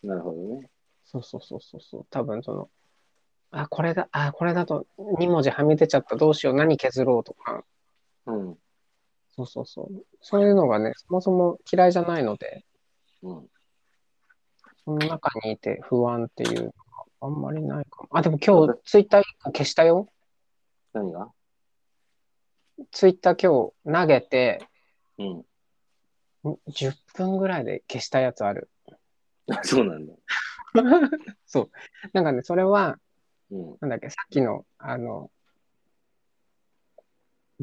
ん。なるほどね。そうそうそうそうそう。多分その、あ、これだ、あ、これだと2文字はみ出ちゃった、どうしよう、何削ろうとか。うん、そうそうそう。そういうのがね、そもそも嫌いじゃないので。うん、その中にいて不安っていうのがあんまりないかも。あ、でも今日ツイッター消したよ。何がツイッター今日投げて、うん。ん10分ぐらいで消したやつあ る。そうなんだ。そう。なんかね、それは、うん、なんだっけ、さっきの、あの、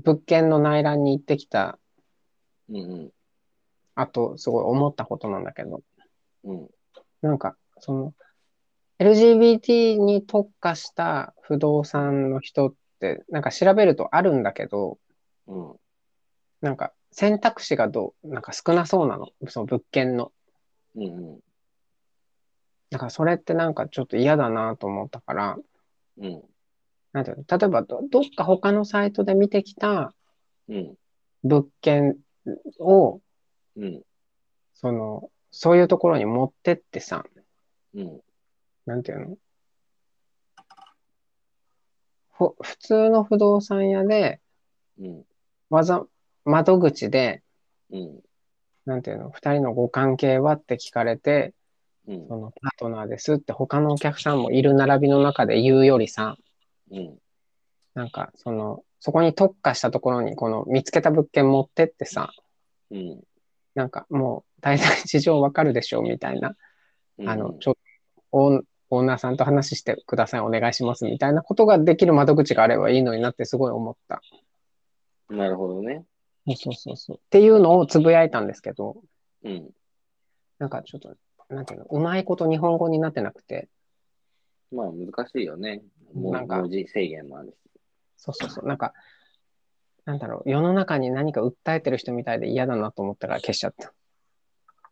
物件の内覧に行ってきたうんあと、すごい思ったことなんだけど、うん。うん。なんか、その、LGBT に特化した不動産の人って、なんか調べるとあるんだけど、うん。なんか選択肢がどう、なんか少なそうなの、その物件の。うん。だからそれってなんかちょっと嫌だなと思ったから、うん。なんていうの、例えばどどっか他のサイトで見てきたうん。物件を、うん。その、そういうところに持ってってさ、うん。なんていうのほ普通の不動産屋で、うん。わざ、窓口で、うん。なんていうの、二人のご関係はって聞かれて、うん。そのパートナーですって他のお客さんもいる並びの中で言うよりさ、うん。なんかその、そこに特化したところにこの見つけた物件持ってってさ、うん。なんかもう大体事情わかるでしょみたいな、あの、ちょっとオーオーナーさんと話してください、お願いしますみたいなことができる窓口があればいいのになってすごい思った。なるほどね。そうそうそう。っていうのをつぶやいたんですけど、うん。なんかちょっと、なんていうの、うまいこと日本語になってなくて、まあ、難しいよね。もなうんか文字制限もあるし。そうそうそう、なんか、なんだろう、世の中に何か訴えてる人みたいで嫌だなと思ったから消しちゃった。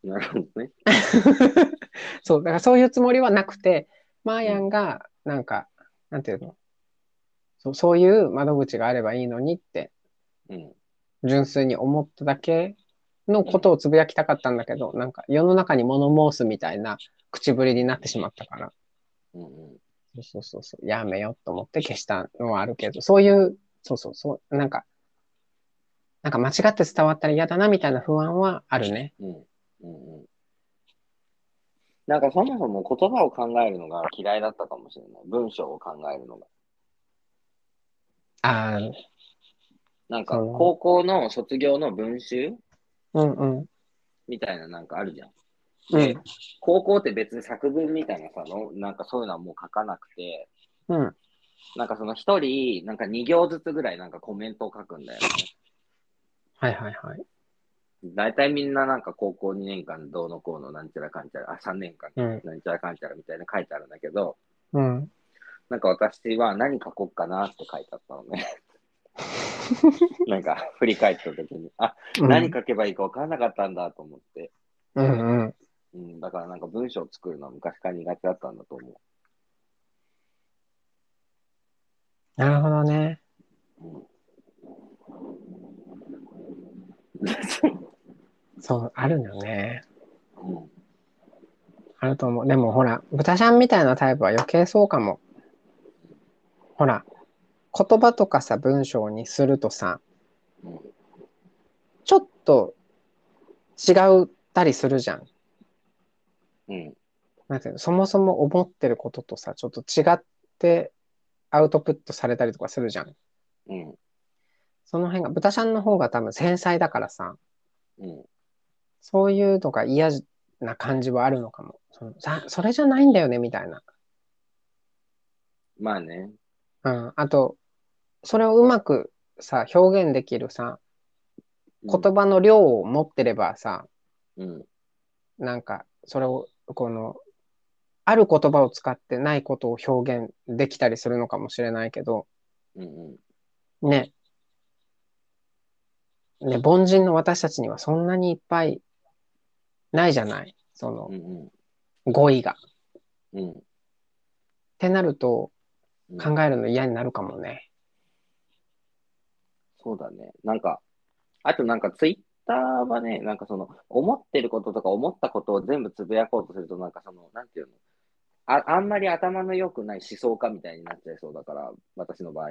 なるほどね。 そう、だからそういうつもりはなくて、マーヤンが、なんか、なんていうの、そうそういう窓口があればいいのにって、うん。純粋に思っただけのことをつぶやきたかったんだけど、なんか世の中に物申すみたいな口ぶりになってしまったから、うん。うん。そうそうそうそう、やめようと思って消したのはあるけど、そういう、そうそうそう、なんか、なんか間違って伝わったら嫌だなみたいな不安はあるね。うん。うん。うんなんかそもそも言葉を考えるのが嫌いだったかもしれない。文章を考えるのが。あなんかそう高校の卒業の文集あ、うんうん。みたいななんかあるじゃん。うん。高校って別に作文みたいなさの、なんかそういうのはもう書かなくて、うん。なんかその一人、なんか2行ずつぐらいなんかコメントを書くんだよね。はいはいはい。大体みんななんか高校2年間どうのこうのなんちゃらかんちゃら、あ、3年間うん。なんちゃらかんちゃらみたいな書いてあるんだけど、うん。なんか私は何書こうかなって書いてあったのね。なんか振り返った時に、あ、何書けばいいか分からなかったんだと思って、うんうん。うん、だからなんか文章を作るのは昔から苦手だったんだと思なるほど ね。う。そう、あるよね。うんあると思う。でもほら、豚ちゃんみたいなタイプは余計そうかも。ほら、言葉とかさ、文章にするとさ、うんちょっと違ったりするじゃん。うん。なんていうの、そもそも思ってることとさ、ちょっと違ってアウトプットされたりとかするじゃん。うん。その辺が、豚ちゃんの方が多分繊細だからさ、うん。そういうのが嫌な感じはあるのかも。そのさそれじゃないんだよね、みたいな。まあね。うん、あと、それをうまくさ、表現できるさ、うん言葉の量を持ってればさ、うん。なんか、それを、この、ある言葉を使ってないことを表現できたりするのかもしれないけど、うん。うん。ね。ね、凡人の私たちにはそんなにいっぱいないじゃない。そのう、ん。語彙が。っうん。てなると、うん考えるの嫌になるかもね。そうだね。なんか、あとなんかツイッターはね、なんかその、思ってることとか思ったことを全部つぶやこうとすると、なんかその、なんていうのああんまり頭の良くない思想家みたいになっちゃいそうだから、私 の場合。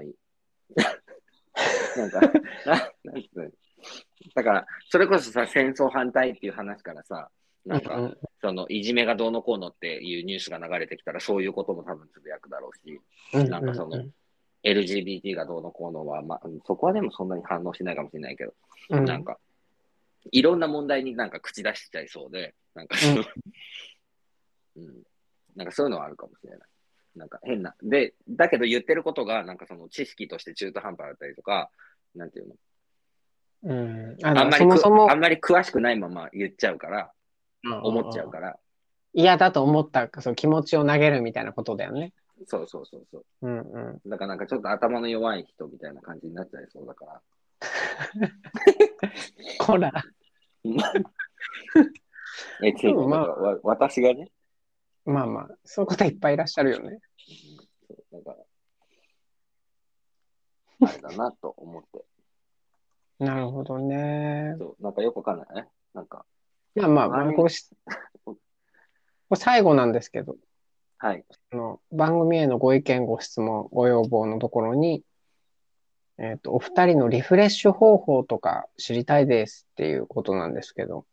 なんか、ななんていうのだから、それこそさ、戦争反対っていう話からさ、なんか、うんそのいじめがどうのこうのっていうニュースが流れてきたら、そういうことも多分つぶやくだろうし、うんなんかその LGBT がどうのこうのは、まあ、そこはでもそんなに反応しないかもしれないけど、うんなんか、いろんな問題になんか口出しちゃいそうで、なんか、 うん、なんかそういうのはあるかもしれない。なんか変な。で、だけど言ってることが、なんかその知識として中途半端だったりとか、なんていうのうん。あのあんまりそくもそもあんまり詳しくないまま言っちゃうから、思っちゃうら。から、嫌だと思った、その気持ちを投げるみたいなことだよね。そうそうそうそう。うんうん。だからなんかちょっと頭の弱い人みたいな感じになっちゃいそうだから。こら。え、っていうかまあなんかわ私がね、まあまあ、そういう方いっぱいいらっしゃるよね。そ うだから、あれだなと思って。なるほどね。そうなんかよくわかんないね。なんか、まあまあ、はいまあこうし、これ最後なんですけど、はい。あの番組へのご意見、ご質問、ご要望のところに、えっ、と、お二人のリフレッシュ方法とか知りたいですっていうことなんですけど、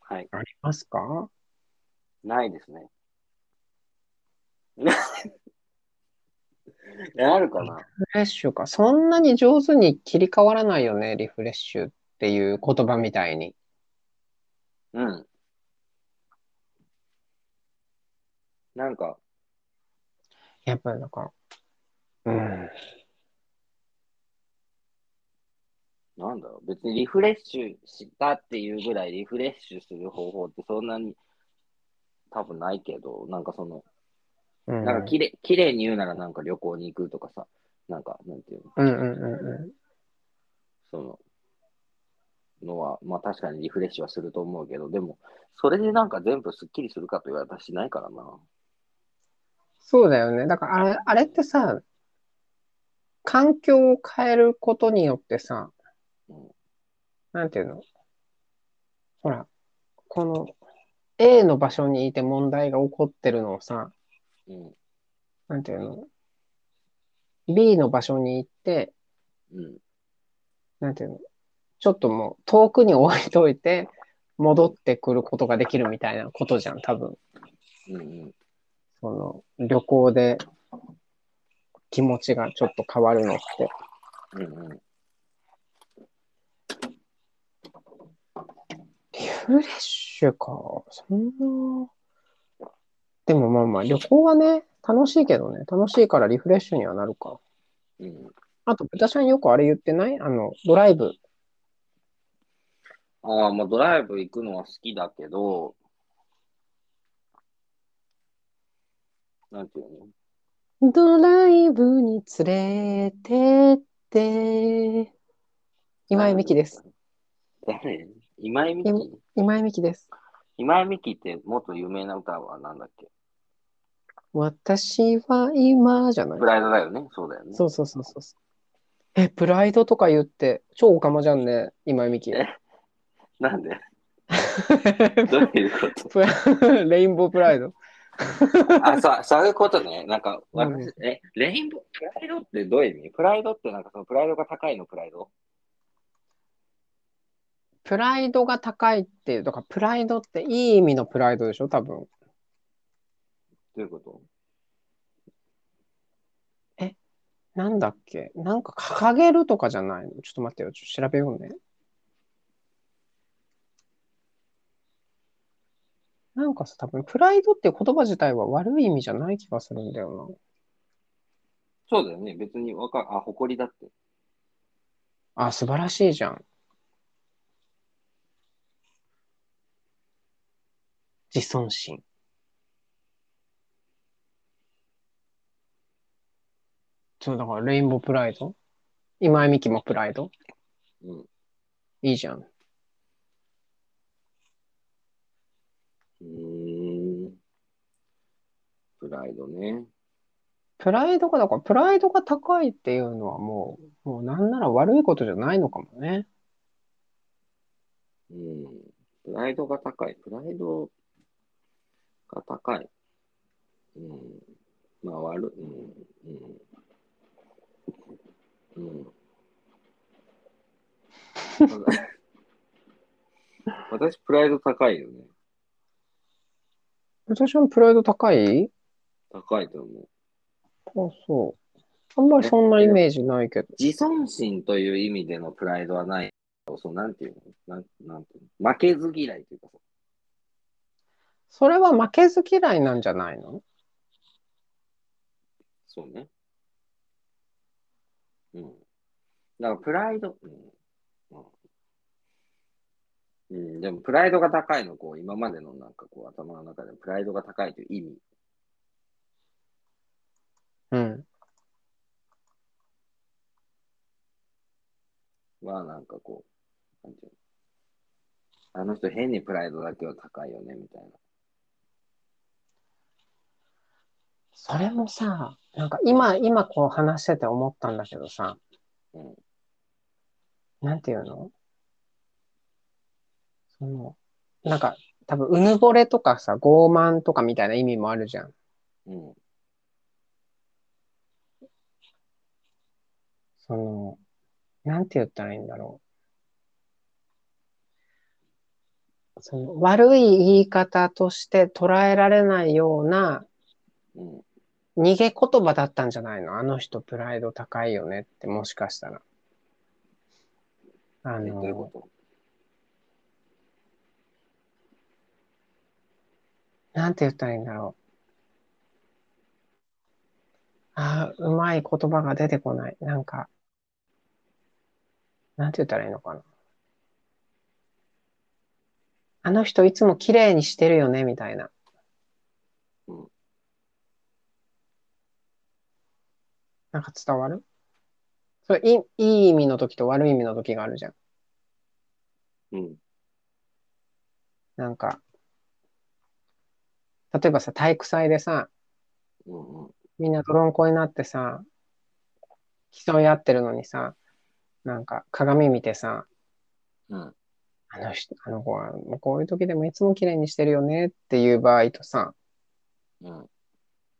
はい。ありますかないですね。 えあるかなリフレッシュか。そんなに上手に切り替わらないよね、リフレッシュっていう言葉みたいに。うん。なんか、やっぱりなんか、うん。なんだろう、別にリフレッシュしたっていうぐらいリフレッシュする方法ってそんなに多分ないけど、なんかその、うんなんかきれきれいに言うならなんか旅行に行くとかさ、なんか、なんていうの、うんうんうんその、のは、まあ確かにリフレッシュはすると思うけど、でも、それでなんか全部スッキリするかと言われたらしないからな。そうだよね。だからあれ、あれってさ、環境を変えることによってさうん、なんていうのほら、この A の場所にいて問題が起こってるのをさ、うん、なんていうの ?B の場所に行って、うん、なんていうのちょっともう遠くに置いといて、戻ってくることができるみたいなことじゃん、多分。うん、うん。その旅行で気持ちがちょっと変わるのって。うんうん、リフレッシュか。そんな。でもまあまあ旅行はね、楽しいけどね。楽しいからリフレッシュにはなるか。うん。あと、豚ちゃんよくあれ言ってないあの、ドライブ。ああ、まあドライブ行くのは好きだけど、なんていうのドライブに連れてって。今井美樹です。。誰 今井美樹今井美樹です。今井美樹ってもっと有名な歌はなんだっけ私は今じゃないプ。ライドだよね。そうだよね。そうそうそうそうそう。え、プライドとか言って、超オカマじゃんね、今井美樹。えな んでどういうことプラ レインボープライド。あそう、そういうことね。なんか、うん私、え、レインボー、プライドってどういう意味プライドってなんかそのプライドが高いのプライドプライドが高いっていう、だからプライドっていい意味のプライドでしょ、多分。どういうことなんだっけなんか掲げるとかじゃないのちょっと待ってよ、ちょっと調べようね。なんかさ、多分プライドっていう言葉自体は悪い意味じゃない気がするんだよそうだよね。別にわかあ、誇りだって。な。あ、素晴らしいじゃん。自尊心。そう、だからレインボープライド今井美樹もプライドうん。いいじゃん。うーん。プライドね。プライドが、だからプライドが高いっていうのはもう、もうなんなら悪いことじゃないのかもね。うん。プライドが高い。プライドが高い。うん。まあ、悪い。うん。うん。 うん。私、プライド高いよね。私もプライド高い高いと思う。あ、そう。あんまりそんなイメージないけど。自尊心という意味でのプライドはない。そう、なんていうのなんなんていうの負けず嫌いというかさそれは負けず嫌いなんじゃないのそうね。うん。だからプライド、うん。うん、うんでもプライドが高いの、こう、今までのなんかこう、頭の中でプライドが高いという意味。うん。は、なんかこう、なんていうのあの人変にプライドだけは高いよね、みたいな。それもさ、なんか今、今こう話してて思ったんだけどさ、うんなんていうのその、なんか多分、うぬぼれとかさ、傲慢とかみたいな意味もあるじゃん。うん。その、なんて言ったらいいんだろう。その、悪い言い方として捉えられないようなうん。逃げ言葉だったんじゃないのあの人プライド高いよねってもしかしたら。あえどういうの、こなんて言ったらいいんだろう。ああ、うまい言葉が出てこない。なんか、なんて言ったらいいのかな。あの人いつも綺麗にしてるよね、みたいな。うんなんか伝わるそれいいい意味の時と悪い意味の時があるじゃん。とうん。なんか、例えばさ、体育祭でさ、うんうん。みんな泥んこになってさ、競い合ってるのにさ、なんか鏡見てさ、うん。あの人、あの子はもうこういう時でもいつも綺麗にしてるよねっていう場合とさ、うん。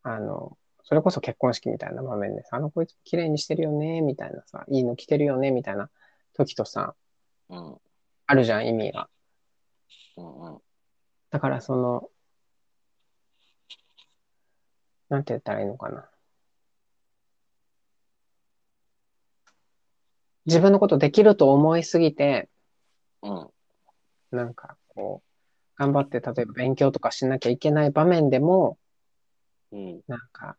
あの、それこそ結婚式みたいな場面でさ、あの子いつも綺麗にしてるよねみたいなさ、いいの着てるよねみたいな時とさ、うん。あるじゃん、意味が。うん。だからその、なんて言ったらいいのかな。自分のことできると思いすぎて、うん。なんかこう、頑張って、例えば勉強とかしなきゃいけない場面でも、うん。なんか、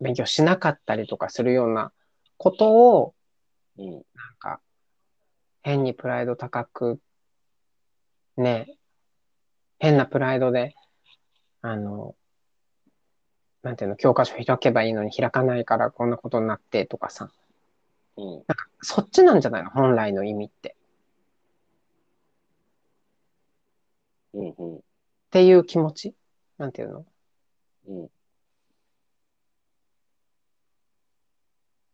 勉強しなかったりとかするようなことを、うん。なんか、変にプライド高く、ね、変なプライドで、あの、なんていうの、教科書開けばいいのに開かないからこんなことになってとかさ、うん。そっちなんじゃないの本来の意味って。うん。うん。っていう気持ちなんていうのうん。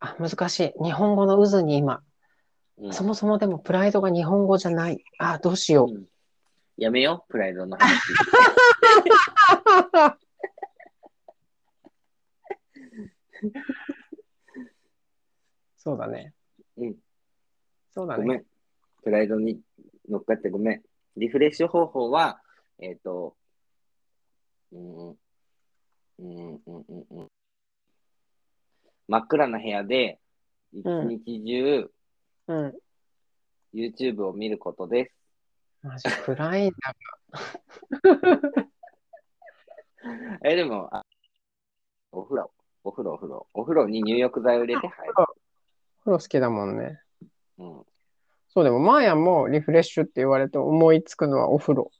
あ、難しい。日本語の渦に今、うん。そもそもでもプライドが日本語じゃない。あ、どうしよう。うんやめよう、プライドの話。 そうだね。うん。そうだごね。めん。プライドに乗っかってごめん。リフレッシュ方法は、えっ、と、うん、うん、うん、うん、うん。真っ暗な部屋で、一うん日中、うん。 YouTube を見ることです。マジ暗いんだ。え、でも、あお風呂、お風呂、お風呂。お風呂に入浴剤を入れて入る。風呂好きだもんね。うん、そうでも、マーヤもリフレッシュって言われて思いつくのはお風呂。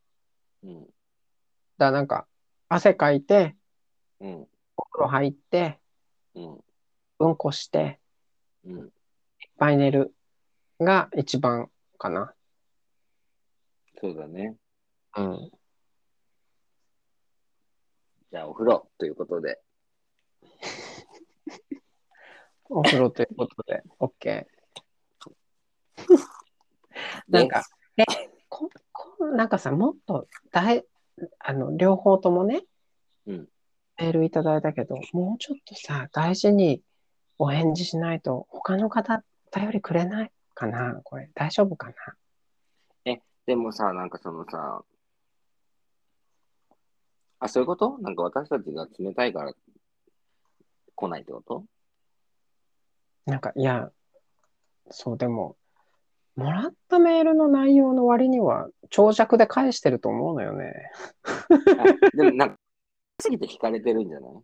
うん、だからなんか、汗かいて、うん、お風呂入って、うん、うんこして、うん。いっぱい寝るが一番かな。そうだね。うん。じゃあ、お風呂ということで。お風呂ということで、OK。なんか、え、こ、こ、なんかさ、もっと、だい、あの、両方ともね、うんメールいただいたけど、もうちょっとさ、大事にお返事しないと、他の方、頼りくれないかなこれ、大丈夫かなでもさ、なんかそのさ、あ、そういうことなんか私たちが冷たいから来ないってこと なんか、いや、そう、でも、もらったメールの内容の割には、長尺で返してると思うのよね。あでもなんか、すぎて惹かれてるんじゃない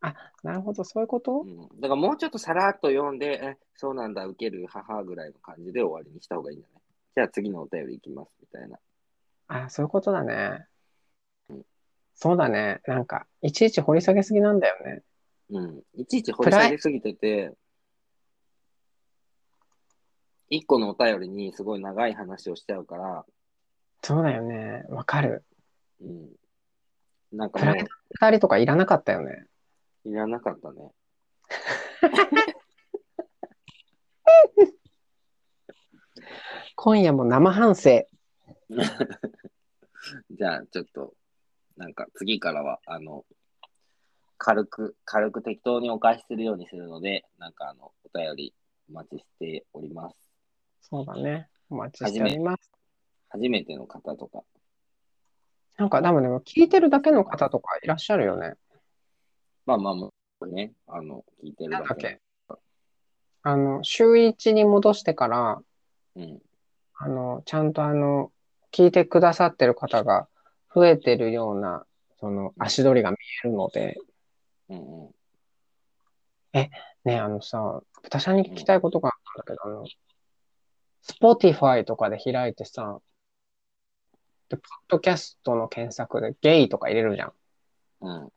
あ、なるほど、そういうことうん、だからもうちょっとさらっと読んで、え、そうなんだ、受ける、母ぐらいの感じで終わりにした方がいいんじゃないじゃあ次のお便りいきます、みたいな。あ、そういうことだねうん。そうだね。なんか、いちいち掘り下げすぎなんだよね。うん。いちいち掘り下げすぎてて、一個のお便りにすごい長い話をしちゃうから、そうだよね。わかる。うん。なんかプもラうイ、二人とかいらなかったよね。いらなかったね。今夜も生反省。じゃあ、ちょっと、なんか次からは、あの、軽く、軽く適当にお返しするようにするので、なんかあの、お便りお待ちしております。そうだね。お待ちしております。初めての方とか。なんか、多分でも、聞いてるだけの方とかいらっしゃるよね。まあまあまあ、ね、あの、聞いてるなんだだっけけ。あの、週一に戻してから、うん。あの、ちゃんとあの、聞いてくださってる方が増えてるような、その足取りが見えるので、うんうん。ね、あのさ、豚さんに聞きたいことがあったんだけど、あの、Spotify とかで開いてさ、で、ポッドキャストの検索でゲイとか入れるじゃん。うん。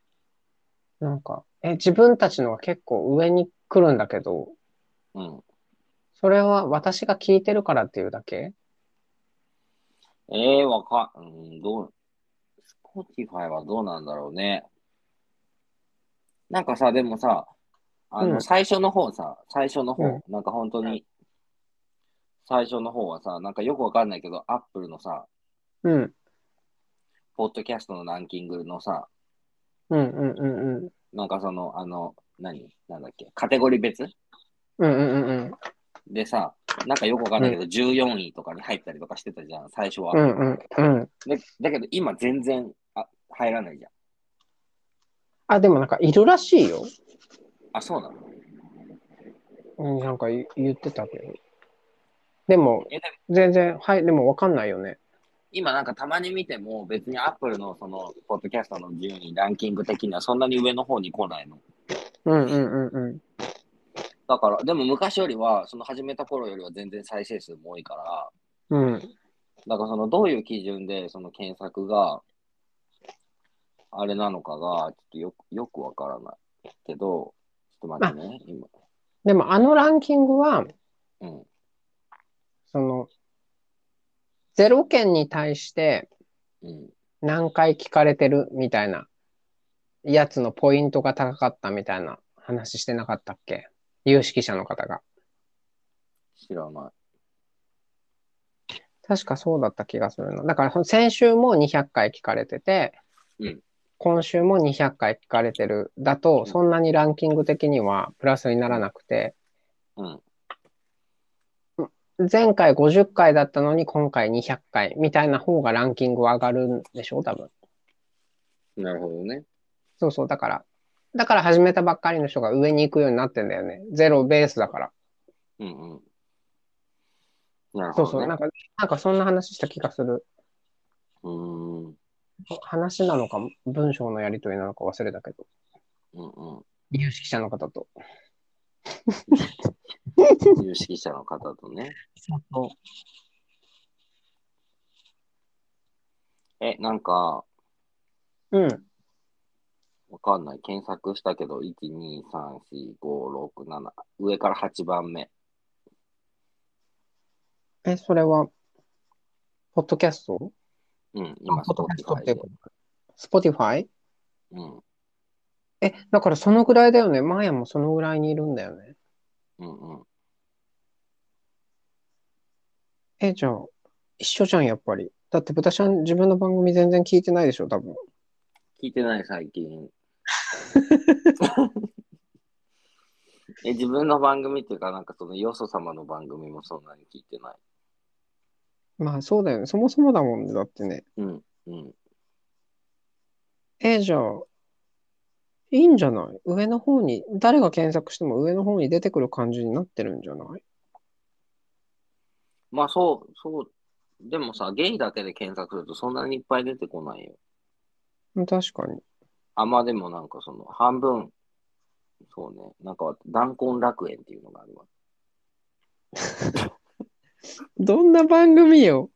なんか、え、自分たちのが結構上に来るんだけど、うん。それは私が聞いてるからっていうだけええわか、うん、どう、Spotify はどうなんだろうね。なんかさ、でもさ、あうの、ん最初の方さ、最初の方、うんなんか本当に、最初の方はさ、なんかよくわかんないけど、Apple のさ、うん。ポッドキャストのランキングのさ、うんうんうんうん。なんかその、あの、何なんだっけカテゴリー別うんうんうんうん。でさ、なんかよくわかんないけど、14位とかに入ったりとかしてたじゃん、最初は。うんうんうん。でだけど、今全然、あ、入らないじゃん。あ、でもなんかいるらしいよ。あ、そうなのうん、なんかい言ってたけど。でも、え、だ全然、はい、でもわかんないよね。今なんかたまに見ても別にアップルのそのポッドキャストの順位ランキング的にはそんなに上の方に来ないのうんうんうんうん。だからでも昔よりはその始めた頃よりは全然再生数も多いからうん。だからそのどういう基準でその検索があれなのかがちょっとよくよくわからないけどちょっと待ってね今でもあのランキングは、うんその、0件に対してうん何回聞かれてるみたいなやつのポイントが高かったみたいな話してなかったっけ有識者の方が。知らない確かそうだった気がするな。だから先週も200回聞かれてて、うん今週も200回聞かれてるだうんと、そんなにランキング的にはプラスにならなくて、うん前回50回だったのに今回200回みたいな方がランキングは上がるんでしょ多分。なるほどねそうそう、だから。だから始めたばっかりの人が上に行くようになってんだよね。ゼロベースだから。うんうんなるそうそほどう、ねなんか、なんかそんな話した気がする。うーん話なのか、文章のやりとりなのか忘れたけど。うんうん有識者の方と。有識者の方とねそうそう。えなんかうん。わかんない。検索したけど、1、2、3、4、5、6、7。上から8番目。え、それは、ポッドキャストうん、今、ポッドキャスト Spotify ってでいう。ことスポティファイうん、え、だからそのぐらいだよね。マーヤもそのぐらいにいるんだよね。うん、うん。え、じゃあ、一緒じゃん、やっぱり。だって、豚ちゃん、自分の番組全然聞いてないでしょ、多分。聞いてない、最 近。え、自分の番組っていうか、なんかその、よそ様の番組もそんなに聞いてない。まあ、そうだよね。そもそもだもんね、だってね。うん、うん。え、じゃあ、いいんじゃない上の方に、誰が検索しても上の方に出てくる感じになってるんじゃないまあ、そう、そう。でもさ、ゲイだけで検索するとそんなにいっぱい出てこないよ。確かに。あ、まあでもなんかその、半分そうね。なんか、弾痕楽園っていうのがあるわ。どんな番組よ。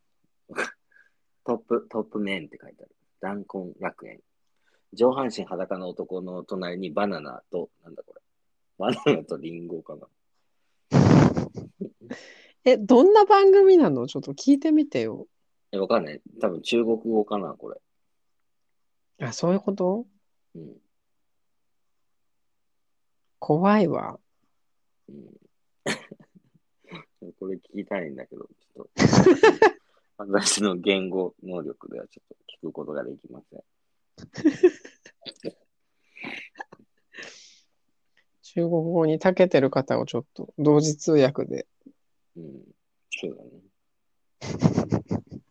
トップ、トップメンって書いてある。弾痕楽園。上半身裸の男の隣にバナナと、なんだこれ。バナナとリンゴかな。え、どんな番組なのちょっと聞いてみてよ。え、わかんない。多分中国語かな、これ。あ、そういうことうん。怖いわ。うん これ聞きたいんだけど、ちょっと、 私の言語能力ではちょっと聞くことができません。中国語に長けてる方をちょっと同時通訳でうん、そうだね。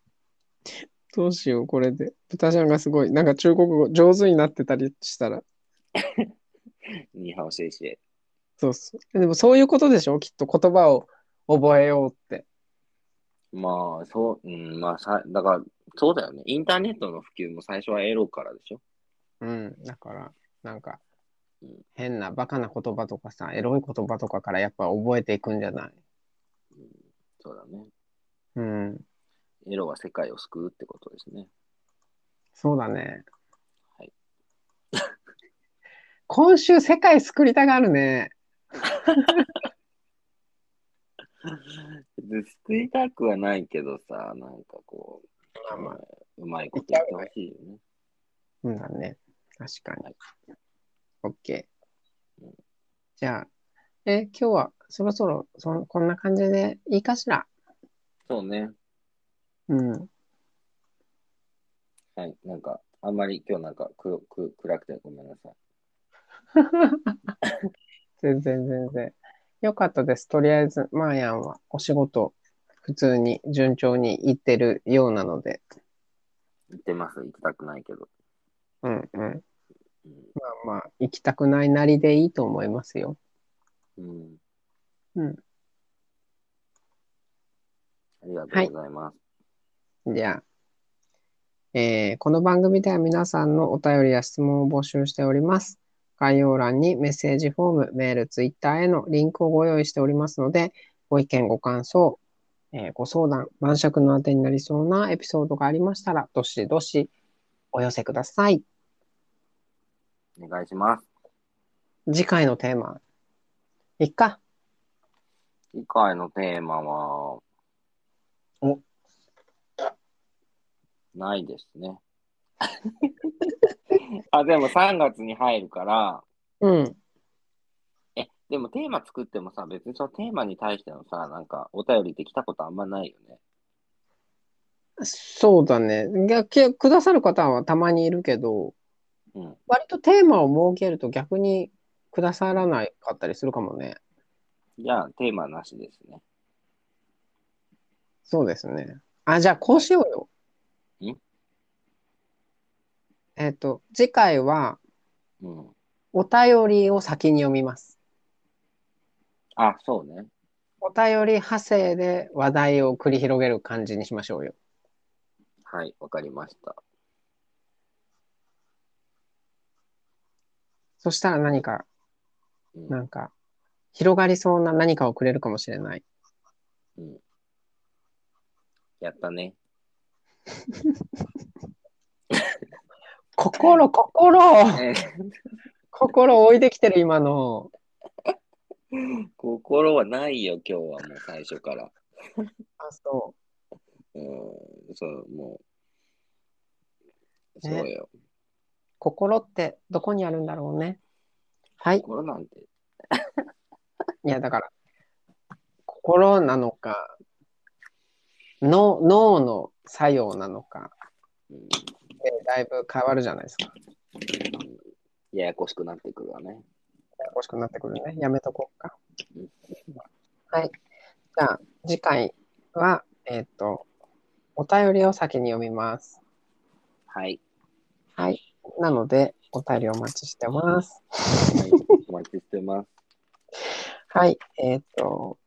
どうしよう、これで。豚ちゃんがすごい、なんか中国語上手になってたりしたら。ニーハオシェイシェイ。そうそう。でもそういうことでしょきっと言葉を覚えようって。まあ、そう、うん、まあさ、だから、そうだよね。インターネットの普及も最初はエロからでしょ。うん。だから、なんかうん、変なバカな言葉とかさ、エロい言葉とかからやっぱ覚えていくんじゃないそうだね。うん。エロは世界を救うってことですね。そうだね。はい。 今週世界救いたがるね。で救いたくはないけどさ、なんかこう、まあまあうまいこと言ってほしいよね。うんだね。確かはいに。オッケうーん。じゃあ、え、今日はそろそろそんこんな感じでいいかしら。そうね。うん。はい、なんか、あんまり今日なんか黒く暗くてごめんなさい。全然全然。よかったです。とりあえず、マーヤンはお仕事、普通に順調に行ってるようなので。行ってます、行きたくないけど。うんうん。うん。まあまあ、行きたくないなりでいいと思いますよ。うん、うん。ありがとうございます。じゃあ、えーこの番組では皆さんのお便りや質問を募集しております。概要欄にメッセージフォーム、メール、ツイッターへのリンクをご用意しておりますので、ご意見、ご感想、えーご相談、晩酌のあてになりそうなエピソードがありましたら、どしどしお寄せください。お願いします。次回のテーマ、いっか。次回のテーマは、おないですね。 あ、でも3月に入るから、うん。え、でもテーマ作ってもさ、別にそのテーマに対してのさ、なんかお便りできたことあんまないよね。そうだね。逆くださる方はたまにいるけど、うん。割とテーマを設けると逆にくださらないかったりするかもね。じゃあテーマなしですね。そうですね。あ、じゃあこうしようよ。んえっ、と、次回はうん。お便りを先に読みます。あ、そうね。お便り派生で話題を繰り広げる感じにしましょうよ。はい、わかりました。そしたら何か、うんなんか、広がりそうな何かをくれるかもしれない。やったね。心、心え 心置いてきてる今の。ー心はないよ、今日はもう最初から。あ、そう。うん、そう、もう。そうよ。心ってどこにあるんだろうね。はい。心なんて。いや、だから、心なのか、の脳の作用なのかうん、で、だいぶ変わるじゃないですか。ややこしくなってくるわね。欲しくなってくるね。やめとこうかうん。はい。じゃあ、次回は、えっ、と、お便りを先に読みます。はい。はい。なので、お便りお待ちしてます。はい、お待ちしてます。はい。えっ、と、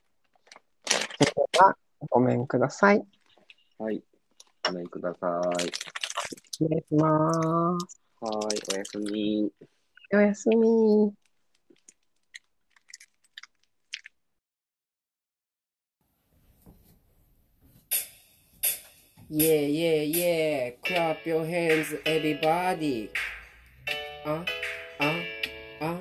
それでは、ごめんください。はい。ごめんください。失礼します。はい、おやすみ。おやすみ。 Yeah, yeah, yeah. Clap your hands, everybody. あ、あ、あ。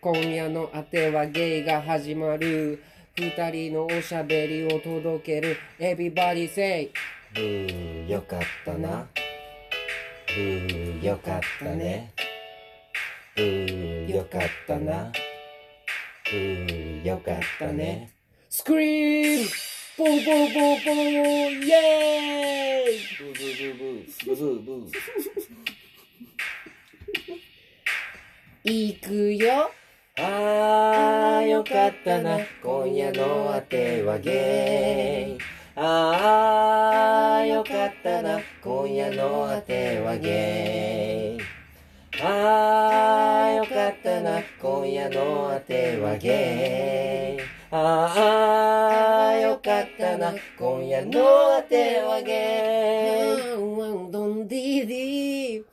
今夜のあてはゲイが始まる。二人のおしゃべりを届ける。Everybody say. ブーよかったなブーよかったねブーよかったなブーよかったね Scream! ボンボンボンボンイェーイブーブーブーブーブーブーブー行くよあーよかったな今夜のあてはゲイあーよかったな今夜のあてはゲイあーよかったな今夜のあてはゲイあーよかったな今夜のあてはゲイワンワンドンディディ